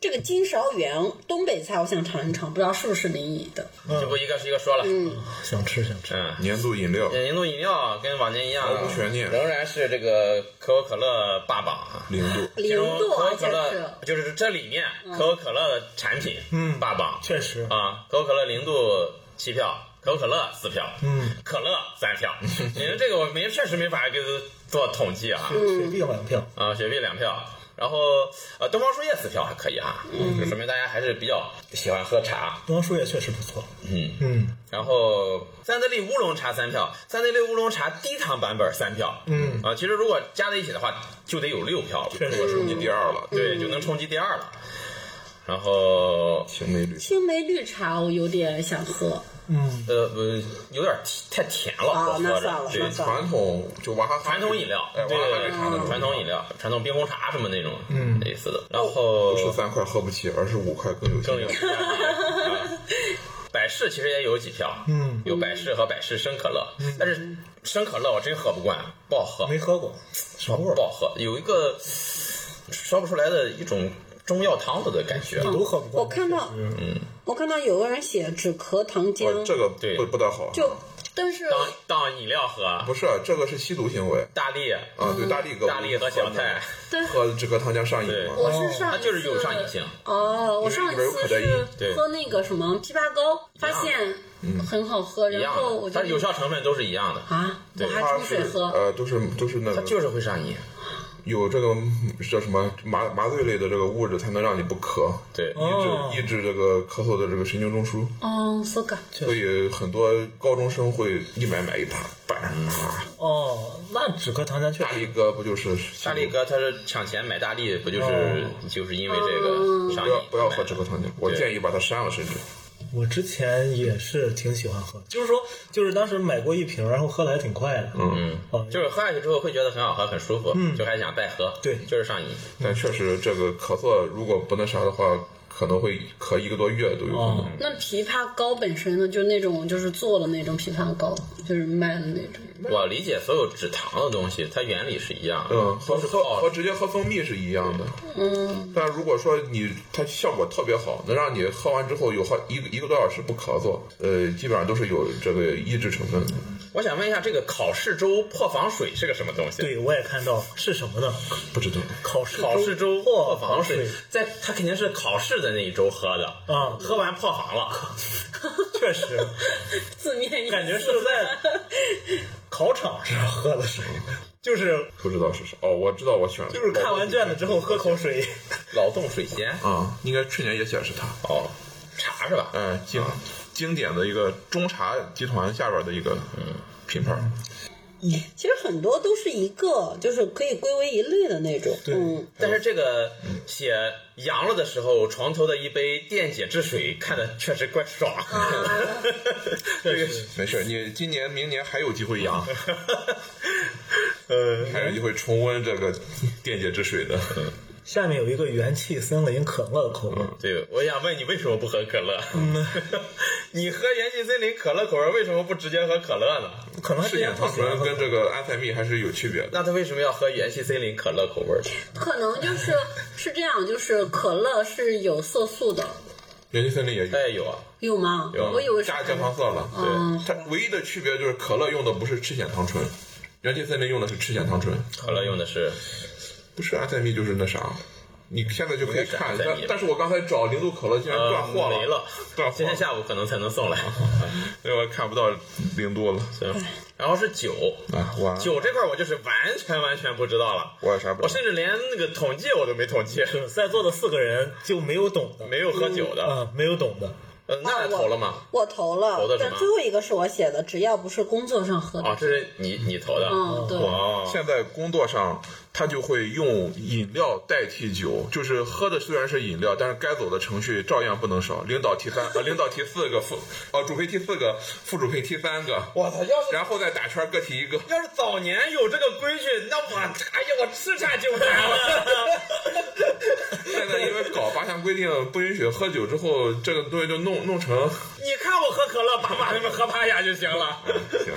E: 这个金勺圆东北菜，我想尝一尝，不知道是不是临沂的。
A: 这不一个是一个说了，嗯，
B: 想吃想吃。
C: 年度饮料，
A: 印度饮料跟往年一样，
C: 毫无悬念
A: 仍然是这个可口可乐霸榜啊。
C: 零度，
E: 零度，啊
A: 可口可
E: 而且是
A: 乐就是这里面
E: 嗯
A: 可口可乐的产品，嗯，霸榜
B: 确实
A: 啊，可口可乐零度七票，可口可乐四票，
B: 嗯，
A: 可乐三 票。你说这个我没确实没法给它做统计啊，
B: 雪碧好像票，
A: 啊，雪碧两票，然后呃，东方树叶四票还可以啊，
B: 嗯
A: 就说明大家还是比较喜欢喝茶，
B: 东方树叶确实不错。
A: 嗯。
B: 嗯，
A: 然后三得利乌龙茶三票，三得利乌龙茶低糖版本三票，
B: 嗯
A: 啊，其实如果加在一起的话，就得有六票了，
B: 确实
C: 冲击第二了。
A: 对，
E: 嗯
A: 就能冲击第二了。然后
C: 青梅绿茶，
E: 青梅绿茶，我有点想喝。
B: 嗯，
A: 呃不，有点甜太甜了，
E: 啊
A: 我
E: 那
A: 喝
E: 算
A: 着
E: 了
A: 对
E: 那算了嗯
C: 传统就娃哈哈
A: 传统饮料，
C: 哎，娃
A: 对
C: 哈哈绿茶那种
A: 传统饮料，传统冰红茶什么那种
B: 嗯哦
A: 类似的。然后
C: 不是三块喝不起，而是五块更有
A: 更有
C: 性价比。
A: 性价比啊 百事其实也有几票，
B: 嗯
A: 有百事和百事生可乐，但是生可乐我真喝不惯，不好喝，
B: 没喝过，什么味儿
A: 不？好喝，有一个说不出来的一种中药汤子的感觉。
B: 都喝不惯。
E: 我看到
B: 确实
A: 嗯
E: 我看到有个人写止咳糖
C: 哦，
E: 浆，
C: 这个
A: 对
C: 不不大好，
E: 就但是
A: 当当饮料喝，啊
C: 不是啊这个是吸毒行为
A: 大力、
B: 嗯
C: 啊！对，大力哥，
A: 嗯大力和小蔡，
E: 但是
C: 喝这个糖浆上瘾嘛。
E: 我是上
A: 哦它
E: 一次
A: 就是有上瘾性。
E: 哦，我上一
C: 里边有
E: 次
C: 可待因
A: 对
E: 是喝那个什么枇杷膏，发
A: 样的嗯
E: 现很好喝，
A: 一
E: 呃然
A: 样
E: 后我
A: 的，
E: 就
A: 但是有效成分都是一样的，
E: 啊，我
A: 对
E: 还
C: 它
E: 冲水
C: 是
E: 喝。
C: 呃，都是都是那
A: 它
C: 个
A: 就是会上瘾。
C: 有这个嗯叫什么麻麻醉类的这个物质，才能让你不咳，
A: 对，
B: 哦
C: 抑制抑制这个咳嗽的这个神经中枢。
E: 哦，搜个
C: 所以很多高中生会一买买一盘板上啊。
B: 哦，那止咳糖浆确
C: 大
B: 实
C: 力哥不就是吸毒
A: 大力哥他是抢钱买大力，不就是、
B: 哦
A: 就是因为这
E: 哦
A: 个上
C: 不
A: 瘾
C: 要？不要喝这个糖浆，我
A: 对
C: 建议把它删了，甚至
B: 我之前也是挺喜欢喝的，就是说，就是当时买过一瓶，然后喝的还挺快的。嗯哦，
A: 就是喝下去之后会觉得很好喝，很舒服，就还想再喝。
B: 对
A: 就是上瘾。
C: 但确实这个咳嗽如果不那啥的话，可能会咳一个多月都有可能。
B: 哦，
E: 那枇杷膏本身呢，就是那种就是做的那种枇杷膏，就是卖的那种。
A: 我理解所有止糖的东西，它原理是一样的，
C: 嗯，和
A: 都是
C: 喝
A: 靠
C: 和直接喝蜂蜜是一样的。嗯，但如果说你它效果特别好，能让你喝完之后有好一个一个多小时不咳嗽，呃，基本上都是有这个抑制成分的。
A: 我想问一下，这个考试周破防水是个什么东西？
B: 对，我也看到是什么呢？
C: 不知道，
B: 考试
A: 考试周
B: 破
A: 防
B: 防
A: 水，在他肯定是考试的那一周喝的
B: 嗯
A: 喝完破防了，
B: 确实
E: 字面意思
B: 感觉是在考场上喝的水，就是
C: 不知道是啥。哦，我知道我选了，
B: 就是看完卷子之后喝口水。
A: 劳动水仙
C: 啊、应该去年也显示它。
A: 哦，茶是吧？
C: 呃，经、经典的一个中茶集团下边的一个品牌，
E: 其实很多都是一个，就是可以归为一类的那种。
B: 对
E: 嗯，
A: 但是这个写阳了的时候，床头的一杯电解质水，看的确实怪爽。 这个是
C: 没事，你今年、明年还有机会 养，
A: 呃，
C: 呃还有机会重温这个电解质水的。
B: 下面有一个元气森林可乐口味，
A: 对，我想问你为什么不喝可乐？你喝元气森林可乐口味，为什么不直接喝可乐呢？
B: 可能还
C: 是
B: 真
C: 眼
B: 不
C: 糖
B: 喜
C: 醇
B: 欢喝
C: 跟这个安赛蜜还是有区别的。
A: 那他为什么要喝元气森林可乐口味？
E: 可能就是是这样，就是可乐是有色素的，
C: 元气森林也有
A: 他，也有啊，
E: 有吗？
A: 有
E: 嗯我以为是
C: 加焦糖色了。
A: 对，
C: 它唯一的区别就是可乐用的不是赤藓糖醇，元气森林用的是赤藓糖醇，
A: 可乐用的是
C: 不是安赛蜜就是那啥。你现在就可以看，
A: 应该是安赛
C: 但
A: 蜜吧
C: 但是我刚才找零度可乐竟然断货
A: 呃没了，
C: 断货
A: 今天下午可能才能 送来。
C: 所以我看不到零度了
A: 对然后是酒，
C: 啊！我
A: 酒这块我就是完全完全不知道了，
C: 我有啥不
A: 我
C: 知道
A: 甚至连那个统计我都没统计，
B: 就是在座的四个人就没有懂的，
A: 没有喝酒的。
B: 啊，没有懂的。
A: 呃，那投了吗？
E: 我投了
A: 投的，是
E: 但
A: 吗
E: 最后一个是我写的，只要不是工作上喝的
A: 啊，，这是你你投的。
E: 嗯，对，
A: 哦，
C: 现在工作上，他就会用饮料代替酒，就是喝的虽然是饮料，但是该走的程序照样不能少。领导提三，呃，领导提四个，副呃主陪提四个，副主陪提三个，
A: 我操，要是
C: 然后再打圈各提一个。
A: 要是早年有这个规矩，那我哎呀，我吃啥就啥了。
C: 现在因为搞八项规定不允许喝酒之后，这个东西就弄弄成
A: 你看我喝可乐，把把他们喝趴下就行了。
C: 行，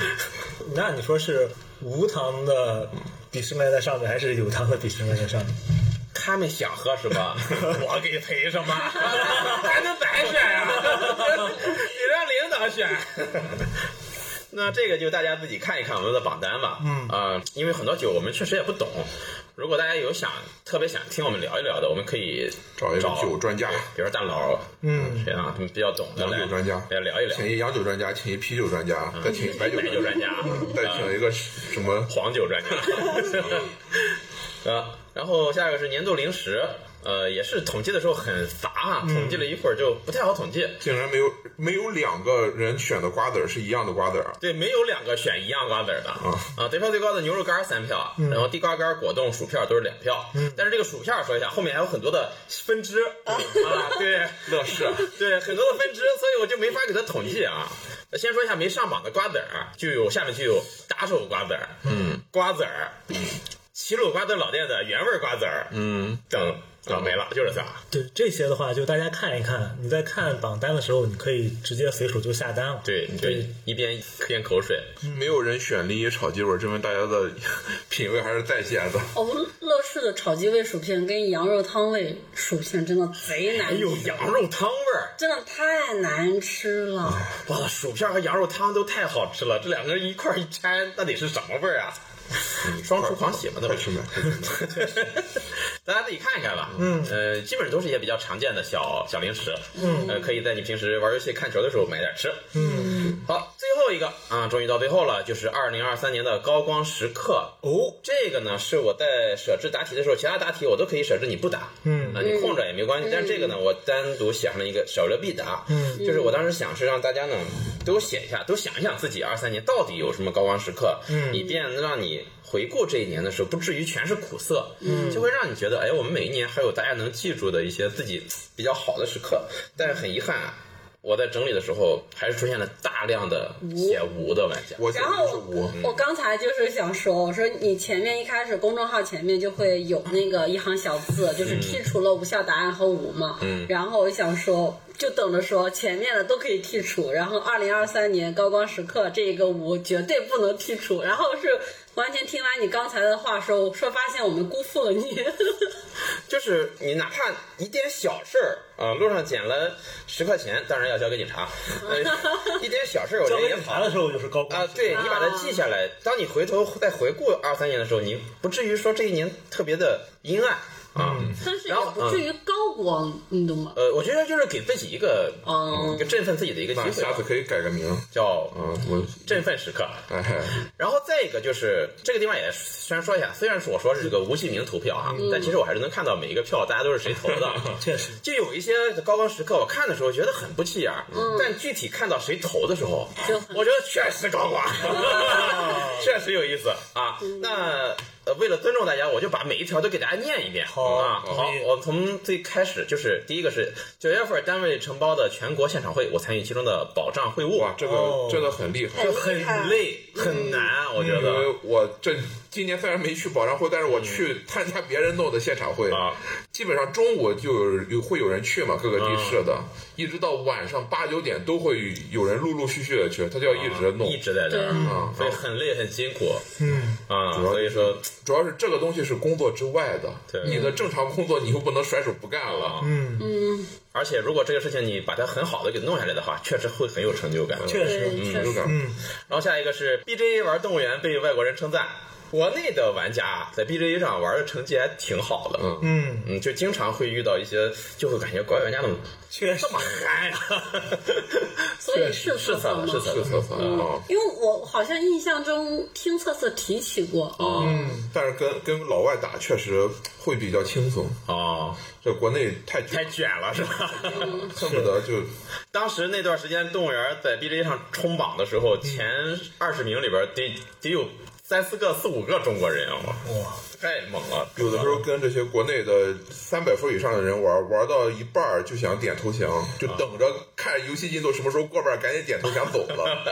B: 那你说是无糖的鄙视链在上面，还是有糖的鄙视链在上面？
A: 他们想喝什 么，我给赔什么，还能白选 呀、你让领导选。那这个就大家自己看一看我们的榜单吧。嗯啊、因为很多酒我们确实也不懂。如果大家有想特别想听我们聊一聊的，我们可以
C: 找一个酒专家
A: 对比如说大佬，嗯，谁啊，他们比较懂的
C: 洋
A: 来
C: 酒专家
A: 来哎聊一聊嗯
C: 请。一洋酒专家，请一啤酒专家，再请一白酒
A: 白酒专
C: 专
A: 家
C: 嗯再请一个什么
A: 黄酒专 家。呃，然后下一个是年度零食，呃，也是统计的时候很杂啊，统计了一会儿就不太好统计。
C: 竟然没有没有两个人选的瓜子儿是一样的瓜子儿啊，
A: 对，没有两个选一样瓜子儿的
C: 啊
A: 啊！嗯得票最高的牛肉干儿三票，啊然后地瓜干儿、果冻、薯片都是两票。但是这个薯片儿说一下，后面还有很多的分支嗯啊， 对，
C: 乐事啊。
A: 对，很多的分支，所以我就没法给它统计啊。先说一下没上榜的瓜子儿，啊就有下面就有打手瓜子儿，嗯，瓜子儿， 齐鲁瓜子老店的原味瓜子儿，嗯，等啊没了，就这仨。
B: 对这些的话，就大家看一看。你在看榜单的时候，你可以直接随手就下单了。
A: 对，就一边咽口水，
C: 没有人选临沂炒鸡腿，证明大家的 品味还是在线的。
E: 哦，乐事的炒鸡味薯片跟羊肉汤味薯片真的贼难
A: 还有
E: 吃，
A: 哎羊肉汤味儿，
E: 真的太难吃了。
A: 哇，薯片和羊肉汤都太好吃了，这两个人一块儿一掺，那得是什么味儿啊？双厨狂喜嘛，那不
C: 快
A: 是
C: 去 买！
A: 大家自己看一看吧。嗯，呃，基本上都是一些比较常见的小小零食。嗯，呃，可以在你平时玩游戏、看球的时候买点吃。嗯，好，最后一个啊，终于到最后了，就是二零二三年的高光时刻。
B: 哦，
A: 这个呢，是我在设置答题的时候，其他答题我都可以设置你不答，嗯，那你空着也没关系。但是这个呢，我单独写上了一个舍了必答，嗯，就是我当时想是让大家呢都写一下，都想一想自己二三年到底有什么高光时刻，嗯，以便让你回顾这一年的时候不至于全是苦涩，嗯，就会让你觉得，哎，我们每一年还有大家能记住的一些自己比较好的时刻，但是很遗憾啊。我在整理的时候，还是出现了大量的写无的玩家。
C: 我嗯选
E: 然
C: 的
E: 后哦
C: 是五
E: 我，我刚才就是想说，我说你前面一开始公众号前面就会有那个一行小字，就是剔除了无效答案和无嘛。嗯。然后我想说，就等着说前面的都可以剔除，然后二零二三年高光时刻这个无绝对不能剔除。然后是完全听完你刚才的话说，我说发现我们辜负了你。
A: 就是你哪怕一点小事儿啊、呃路上捡了十块钱，当然要交给警 察。呃，一点小事儿我觉
B: 交
A: 得
B: 给
A: 也
B: 啊警察
A: 好
B: 的时候就是高光
A: 啊，对你把它记下来，当你回头再回顾二三年的时候，你不至于说这一年特别的阴暗啊。
B: 嗯
E: 但是也
A: 然后
E: 不至于高光，你懂吗？
A: 呃，我觉得就是给自己一个
E: 嗯
A: 一个振奋自己的一个机
C: 那
A: 会
C: 下
A: 吧，
C: 次可以改个名
A: 叫
C: 啊！我
A: 振奋时刻。啊
C: 哎，
A: 然后再一个就是这个地方也虽然说一下，虽然说我说是个无记名投票啊，但其实我还是能看到每一个票大家都是谁投的。
B: 确实，
A: 就有一些高光时刻，我看的时候觉得很不起眼儿，但具体看到谁投的时候，
E: 就很
A: 我觉得确实高光，确实有意思啊。那呃，为了尊重大家，我就把每一条都给大家念一遍。
C: 好
A: 啊，
C: 好
A: 好，我从最开始就是第一个是九月份单位承包的全国现场会，我参与其中的保障会务。
C: 哇，这个、
B: 哦
C: 真的很厉害。
A: 就很累很
B: 嗯
A: 难，啊我觉
C: 因
A: 得
C: 为我这今年虽然没去保障会，但是我去参加别人弄的现场会，
A: 嗯啊，
C: 基本上中午就有有会有人去嘛，各个地市的，一直到晚上八九点都会有人陆陆续续的去，他就要一直弄。
A: 啊一直在这儿，
C: 啊
A: 所以很累很辛苦
B: 嗯，
A: 啊。
C: 主要
A: 所以说，
C: 主要是这个东西是工作之外的，
A: 对
C: 你的正常工作你又不能甩手不干了。
B: 嗯，
E: 嗯，
A: 而且如果这个事情你把它很好的给弄下来的话，确实会很有成就感。
B: 确实，
E: 对，确
C: 成就
E: 实，
C: 感。
A: 然后下一个是 BJ 玩动物园被外国人称赞，国内的玩家啊在 BJ 上玩的成绩还挺好的。
C: 嗯
B: 嗯，
A: 嗯，就经常会遇到一些，就会感觉国外玩家怎么
B: 确实
A: 这么嗨啊？
E: 所以是
A: 是
E: 测测
A: 的，
E: 吗？
A: 是的，
C: 是测测
A: 嗯
C: 啊，
E: 因为我好像印象中听测测提起过，
A: 哦
C: 嗯，但是跟跟老外打确实会比较轻松，
A: 哦，
C: 这国内太卷
A: 太卷了是吧？
C: 恨不得就
A: 当时那段时间，动物园在 BJ 上冲榜的时候，前二十名里边得得有三四个、四五个中国人啊！
B: 哇，
A: 太猛了！
C: 有的时候跟这些国内的三百分以上的人玩，玩到一半儿就想点投降，就等着看游戏进度什么时候过半儿，赶紧点投降走 了。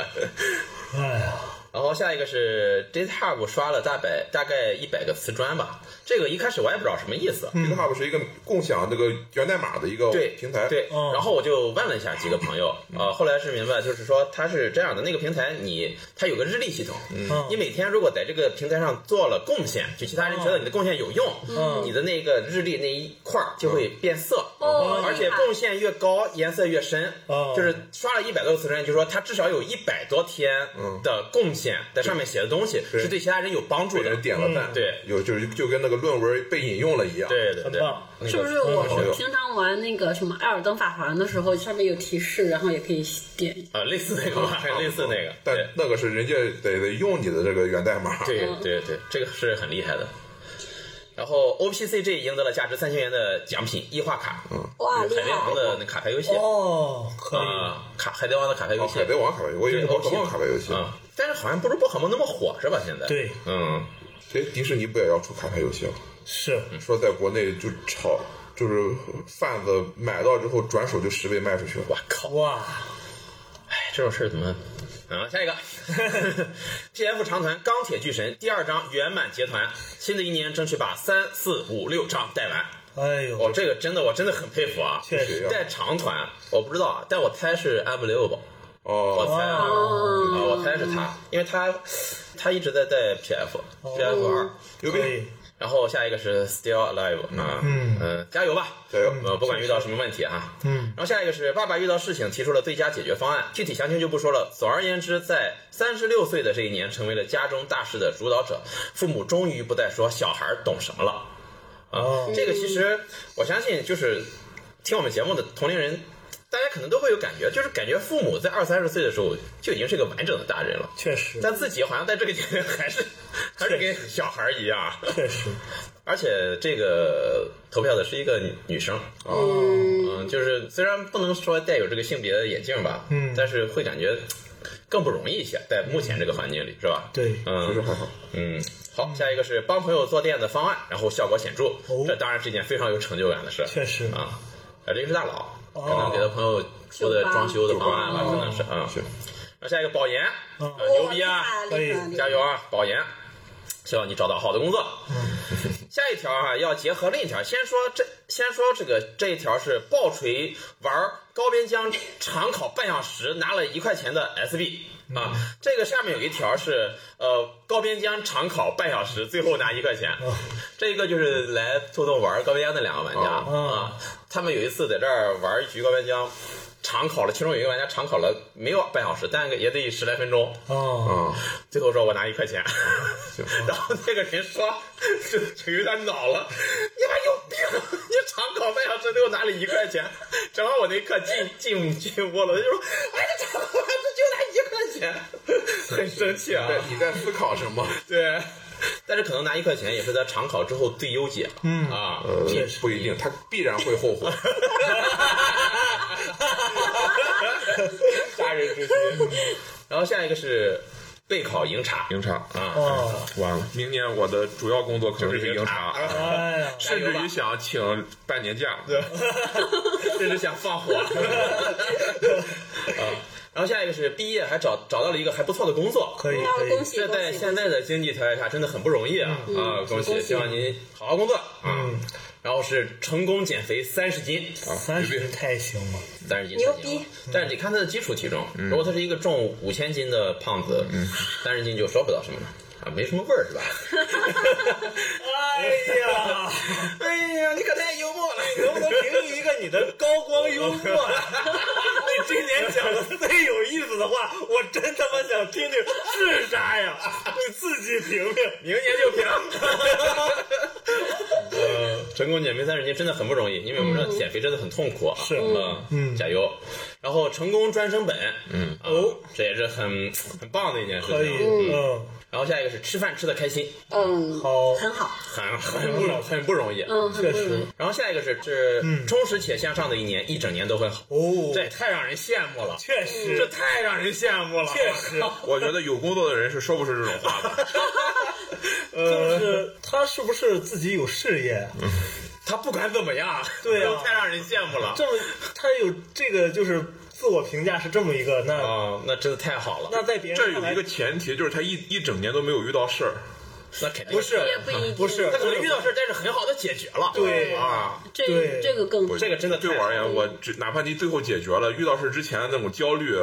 B: 哎呀，
A: 然后下一个是 J Hub 刷了大百大概一百个瓷砖吧，这个一开始我也不知道什么意思。
C: GitHub 是一个共享这个源代码的一个
A: 对
C: 平台，
A: 对，
B: 哦
A: 然后我就问了一下几个朋友，呃，后来是明白，就是说它是这样的，那个平台你它有个日历系统，
B: 嗯
A: 你每天如果在这个平台上做了贡献，就其他人觉得你的贡献有用，
B: 嗯
A: 你的那个日历那一块儿就会变色，嗯
E: 哦
A: 而且贡献越高，颜色越深，
B: 哦
A: 就是刷了一百多个瓷砖，就说它至少有一百多天的贡献在上面写的东西
C: 对
A: 是对其他人有帮助
C: 被
A: 的
C: 人，点了赞，
A: 对
C: 有就是就跟那个论文被引用了一样。
A: 对对
B: 哎很
A: 对，
B: 棒，
E: 是不是我
C: 朋友
E: 平常玩那个什么《艾尔登法环》的时候，上面有提示，然后也可以点
A: 呃，类似那个 吧，类似那个，
C: 但
A: 对
C: 那个是人家得得用你的这个源代码，
A: 对
B: 嗯
A: 对对，这个是很厉害的。然后 OPCG 赢得了价值三千元的奖品异化卡，
C: 嗯
E: 哇，厉
A: 海贼王
E: 害！
A: 的那卡牌游戏
B: 哦，可以，
A: 啊，卡海贼王的卡牌游
C: 哦，
A: 戏
C: 海贼王卡牌游戏，我以
A: 对
C: 为是宝可梦卡牌游戏。
A: 啊，但是好像不如宝可梦那么火是吧？现在
B: 对，
A: 嗯，
C: 其实迪士尼不也要出卡牌游戏了？
B: 是，
C: 说在国内就炒，就是贩子买到之后转手就十倍卖出去了。
A: 我靠，
B: 哇，
A: 哎，这种事儿怎么？啊，下一 个，P.F. 长团钢铁巨神第二章圆满结团，新的一年争取把三四五六章带完。
B: 哎呦，
A: 哦，这个真的我真的很佩服啊！
B: 确实
A: 带长团，我不知道啊，但我猜是 Unbelievable，我
C: 哦，
A: 猜啊，
E: 哦
A: 啊，我猜是他，因为他他一直在带 PF PF 二，
C: 牛
B: 哦可
C: 逼！
B: 以，
A: 然后下一个是 Still Alive 啊，
B: 嗯
A: 嗯，加油吧，
C: 加油
A: 呃，不管遇到什么问题啊，
B: 嗯，
A: 然后下一个是爸爸遇到事情提出了最佳解决方案，具体详情就不说了。总而言之，在三十六岁的这一年，成为了家中大事的主导者，父母终于不再说小孩懂什么了。啊
B: 哦，
A: 这个其实我相信，就是听我们节目的同龄人，大家可能都会有感觉，就是感觉父母在二三十岁的时候就已经是个完整的大人了，
B: 确实，
A: 但自己好像在这个年龄还是还是跟小孩一样。
B: 确实，
A: 而且这个投票的是一个女生，啊嗯，就是虽然不能说带有这个性别的眼镜吧，
B: 嗯
A: 但是会感觉更不容易一些，在目前这个环境里，是吧？
B: 对
C: 不是
A: 嗯
C: 还好，
A: 嗯。好，下一个是帮朋友做店的方案，然后效果显著，
B: 哦
A: 这当然是一件非常有成就感的事。
B: 确实
A: 啊，啊，这个是大佬，
B: 哦
A: 可能给他朋友出的装修的方案吧，可能是啊。
C: 行，
A: 那下一个保研，
B: 哦
A: 啊牛逼啊！
E: 哇厉害
B: 可以
E: 厉害
A: 加油啊，保研！希望你找到好的工作。
B: 嗯
A: 下一条啊，要结合另一条，先说这，先说这个这一条是爆锤玩高边疆长考半小时拿了一块钱的 SB
B: 嗯
A: 啊，这个下面有一条是呃高边疆长考半小时最后拿一块钱，这个就是来互动玩高边疆的两个玩家
B: 哦
A: 啊，他们有一次在这儿玩一局高边疆。长考了，其中有一个玩家长考了没有半小时，但也得十来分钟。
B: 哦，
C: 嗯，
A: 最后说我拿一块钱，
C: 行
A: 然后那个人说，这这有点恼了，你妈有病，你长考半小时最后拿了一块钱，正好我那课进进进屋了，他就说，哎，这长考半小时就拿一块钱，很生气啊，
C: 在你在思考什么？
A: 对，但是可能拿一块钱也是他长考之后最优解，嗯啊，
C: 呃
B: 确 实，
C: 不一定，他必然会后悔。
A: 杀人诛心。然后下一个是备考赢茶
C: 赢茶
A: 啊，
B: 哦，
C: 完了，明年我的主要工作可能
A: 就是
C: 是
A: 赢
C: 赢
A: 茶
C: 茶，啊
B: 哎呀，
C: 甚至于想请半年假。对，
A: 甚至想放火啊。然后下一个是毕业还找找到了一个还不错的工作，
B: 可以
G: 那
B: 可以
G: 恭，喜
A: 这
G: 恭
A: 在
G: 喜！
A: 现在的经济条件下真的很不容易啊啊！恭喜，
G: 恭喜
A: 希望您好好工作啊。然后是成功减肥三十斤，
B: 三十太行了，
A: 但是
G: 牛逼！
A: 但是得看他的基础体重，
B: 嗯
A: 如果他是一个重五千斤的胖子，三十斤就说不到什么了啊，没什么味儿是吧？
B: 哎呀，
A: 哎呀，你可太幽默了，
B: 能不能评一个你的高光幽默？啊 你今年讲的最有意思的话，我真他妈想听听是啥呀？你自己评评。
A: 明年就平。呃，成功减肥三十斤真的很不容易，因为我们知道减肥真的很痛苦啊。
B: 是
A: 嗯，加油。然后成功专升本，嗯，哦，这也是很很棒的一件事
B: 可以，
A: 情。啊
B: 嗯，
A: 然后下一个是吃饭吃的开心，
G: 嗯，
B: 好，
G: 很好，
A: 很很不容很不容易。
G: 嗯，很
B: 确
G: 不容
B: 实
G: 易。
A: 然后下一个是是充实且向上的一年，一整年都会好。
B: 嗯哦
A: 这也太让人羡慕了，
B: 确
A: 这
B: 实，
A: 太让人羡慕了。
B: 确实，
C: 我觉得有工作的人是说不出这种话的。
B: 呃就是他是不是自己有事业？
A: 他不管怎么样，
B: 对啊
A: 都太让人羡慕了。
B: 这么他有这个就是自我评价是这么一个，那
A: 啊，那真的太好了。
B: 那在别
C: 这
B: 人看
C: 有
B: 来
C: 一个前提，就是他一一整年都没有遇到事儿。
A: 那肯定嗯
B: 不是
G: 也不一定
B: 不是
A: 他可能遇到事儿，但是很好的解决了。
B: 对
A: 啊，
G: 这
B: 对
G: 这个更
A: 这个真的太
C: 对我而言，我只哪怕你最后解决了，遇到事之前那种焦虑，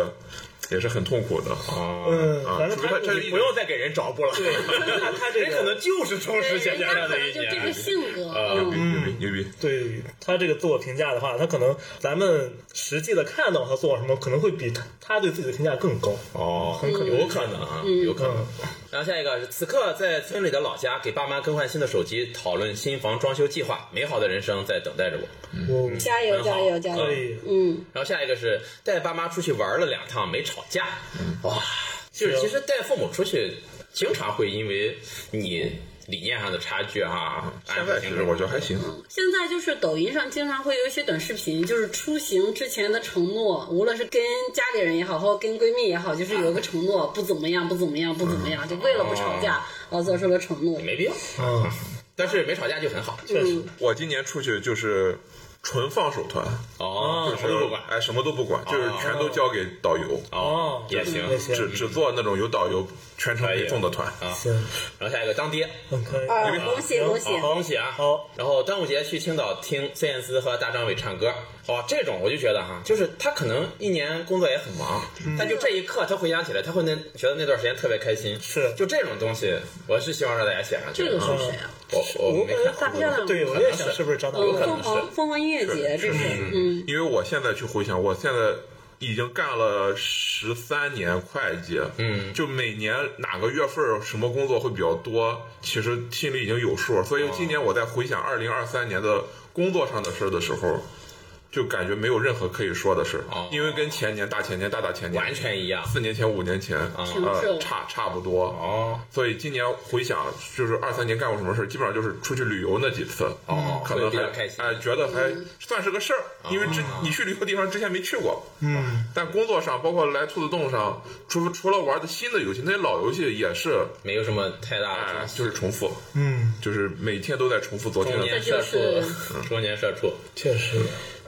C: 也是很痛苦的。
A: 啊，
B: 嗯，
C: 啊
B: 反正
C: 除非
B: 他
C: 他这
A: 你不用再给人找补了。
B: 他他这
A: 人可
B: 个
A: 能就是充实且
G: 人
A: 向
G: 家
A: 上
G: 可
A: 的
G: 能
A: 一
G: 就这个
A: 年。
G: 性格，
C: 啊牛逼
G: 嗯
C: 牛逼牛逼！
B: 对他这个自我评价的话，他可能咱们实际的看到他做什么，可能会比他他对自己的评价更高。
A: 哦，有可能啊，有可能。然后下一个是此刻在村里的老家给爸妈更换新的手机，讨论新房装修计划，美好的人生在等待着我。
B: 我
A: 嗯
G: 加油加油加
B: 可
G: 油！
B: 以，
G: 嗯，
A: 然后下一个是带爸妈出去玩了两趟没吵架，哇，就是其实带父母出去，经常会因为你理念上的差距啊哈、
C: 现在其实我觉得还行，
G: 现在就是抖音上经常会有一些短视频，就是出行之前的承诺，无论是跟家里人也好，或跟闺蜜也好，就是有一个承诺，不怎么样，不怎么样，不怎么样，就为了不吵架而做出了承诺。
A: 没必要，
B: 嗯，
A: 但是没吵架就很好
B: 确实，
C: 我今年出去就是纯放手团，
A: 哦，
C: 就
A: 什么
C: 是
A: 都不管
C: 哎什么都不管，就是全都交给导游，
A: 哦
B: 哦，
A: 也行。
B: 也行，
C: 只只做那种有导游全程陪送的团。
B: 行，
A: 然后下一个当爹，
B: 嗯，可以，
G: 啊，恭喜恭喜！
A: 好恭喜啊！
B: 好，
A: 然后端午节去青岛听孙燕姿和大张伟唱歌，哇，这种我就觉得哈，就是他可能一年工作也很忙，但就这一刻他回想起来，他会那觉得那段时间特别开心。
B: 是
A: 就这种东西，我是希望让大家写上去。
G: 这个是谁啊？
A: 我我没看
G: 大漂亮。
B: 对，我也想是不是张大
G: 嗯，
B: 伟？
G: 凤凰凤凰音乐节这是，嗯，
C: 因为我现在去回想，我现在已经干了十三年会计，
A: 嗯
C: 就每年哪个月份儿什么工作会比较多，其实心里已经有数。所以今年我在回想二零二三年的工作上的事儿的时候，就感觉没有任何可以说的事儿
A: 哦，
C: 因为跟前年、大前年、大大前年
A: 完全一样。
C: 四年前、五年前，
G: 平
C: 呃，
G: 顺
C: 差差不多。
A: 哦，
C: 所以今年回想，就是二三年干过什么事儿，基本上就是出去旅游那几次，啊
A: 哦
C: 可
A: 会
C: 能
A: 比
C: 还
A: 较开心
C: 哎觉得还
B: 嗯
C: 算是个事儿，因为之你去旅游地方之前没去过，
B: 嗯，
C: 但工作上包括来兔子洞上，除除了玩的新的游戏，那些老游戏也是
A: 没有什么太大
C: 哎
A: 的
C: 就是重复，
B: 嗯，
C: 就是每天都在重复昨天
A: 中
C: 的。
A: 年
G: 这
A: 社
G: 就
A: 畜
G: 是，
A: 中年社畜。
B: 确实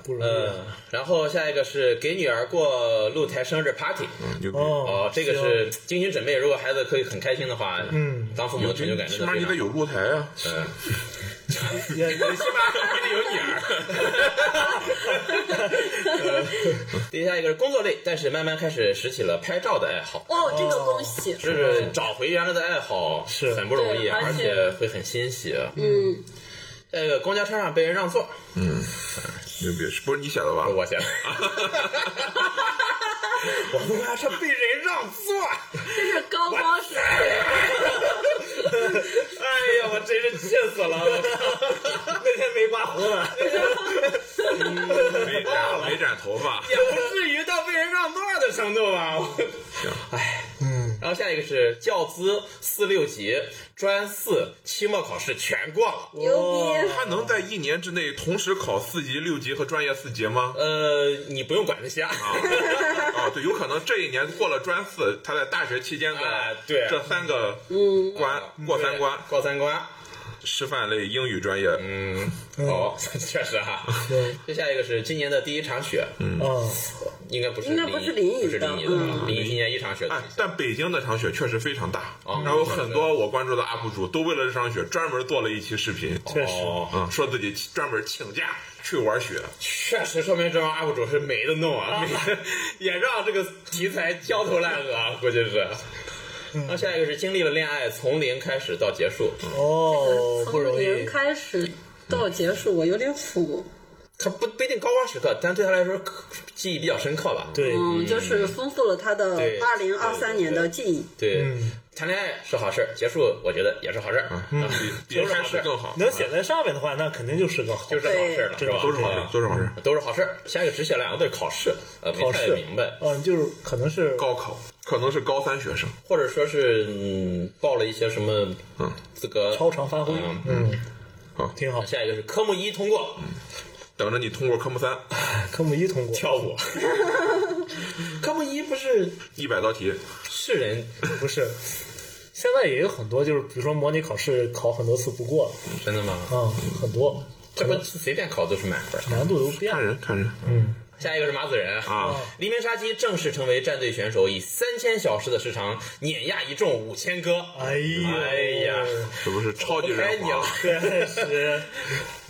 B: 不容易。
A: 嗯，然后下一个是给女儿过露台生日 party。
C: 牛逼！
B: 哦
A: 哦，，这个是精心准备，如果孩子可以很开心的话，
B: 嗯，
A: 当父母的成就感真
C: 起
A: 的
C: 码
A: 非
C: 你
A: 常
C: 得有露台啊！
A: 嗯，
B: 行也也
A: 起码你得有女儿。 第下一个是工作累，但是慢慢开始拾起了拍照的爱好，
G: 哦，这个恭喜，
A: 就是找回原来的爱好
B: 是
A: 很不容易，
G: 对
A: 而
G: 而且
A: 且会很欣喜。
G: 嗯，
A: 这个公交车上被人让座，
C: 牛逼，不是你写的吧？
A: 我写的。 我们公交车被人让座，
G: 这是高光时刻，
A: 哎呀，我真是气死了！我靠，那天没刮胡子。
C: 没染没染头发，
A: 也不至于到被人让座的程度吧。哎，嗯。然后下一个是教资四六级、专四、期末考试全过了。
G: 牛逼！
C: 他能在一年之内同时考四级、六级和专业四级吗？
A: 呃，你不用管这些啊，
C: 啊啊，对，有可能这一年过了专四，他在大学期间
A: 哎
C: 的
A: 对嗯
C: 这三个关过三关，
A: 过三关。
C: 师范类英语专业，
A: 嗯，哦， 确实哈、接下一个是今年的第一场雪，
B: 嗯，
A: 应该不是
G: 应该不是临沂的
A: 不是临沂的，啊
G: 嗯
A: 临沂今年一场雪都
C: 哎
A: 没下。，
C: 但北京那场雪确实非常大，
A: 哦
C: 然后很多我关注的 UP 主都为了这场雪专门做了一期视频，
B: 确实，
A: 哦，
C: 嗯，说自己专门请假去玩雪，
A: 确实说明这帮 UP 主是没得弄啊，没 也让这个题材焦头烂额啊，估计是。那下一个是经历了恋爱从零开始到结束，
B: 哦，不
G: 从
B: 容易
G: 零。开始到结束，我有点复古，
A: 他不不一定高光时刻，但对他来说可记忆比较深刻啊吧。
B: 对，
G: 嗯，就是丰富了他的
A: 对
G: 二零二三年的记忆。
A: 对，谈恋爱是好事，结束我觉得也是好事，嗯、
C: 比比开始更好，
B: 能写在上面的话，那肯定就是个好
A: 就。是好事了，是吧？
C: 都是好事，都是好事。
A: 啊都是好事。下一个只写两个字考试，呃，没
B: 考
A: 太
B: 试
A: 明白，
B: 嗯，就是可能是
C: 高考可能是高三学生，
A: 或者说是嗯报了一些什么
C: 嗯
A: 资格
B: 超常发挥
A: 嗯，
B: 嗯，
C: 好
B: 挺 好。
A: 下一个是科目一通过
C: 等着你通过科目三
B: 科目一通过，
A: 跳舞，科目一不是
C: 一百道题，
A: 是人
B: 不是。现在也有很多，就是比如说模拟考试考很多次不过，
A: 真的吗？
B: 啊，很多
A: 这不随便考都是满分。
B: 难度都变
C: 看
B: 了。
C: 人看人
A: 下一个是马子仁
C: 啊，
A: 黎明杀机正式成为战队选手，以三千小时的时长碾压一众五千哥。
B: 哎呀，
A: 哎呀，
C: 这不是超级
A: 该哦
C: 人
A: 你了
C: 皇，。啊
B: 真是，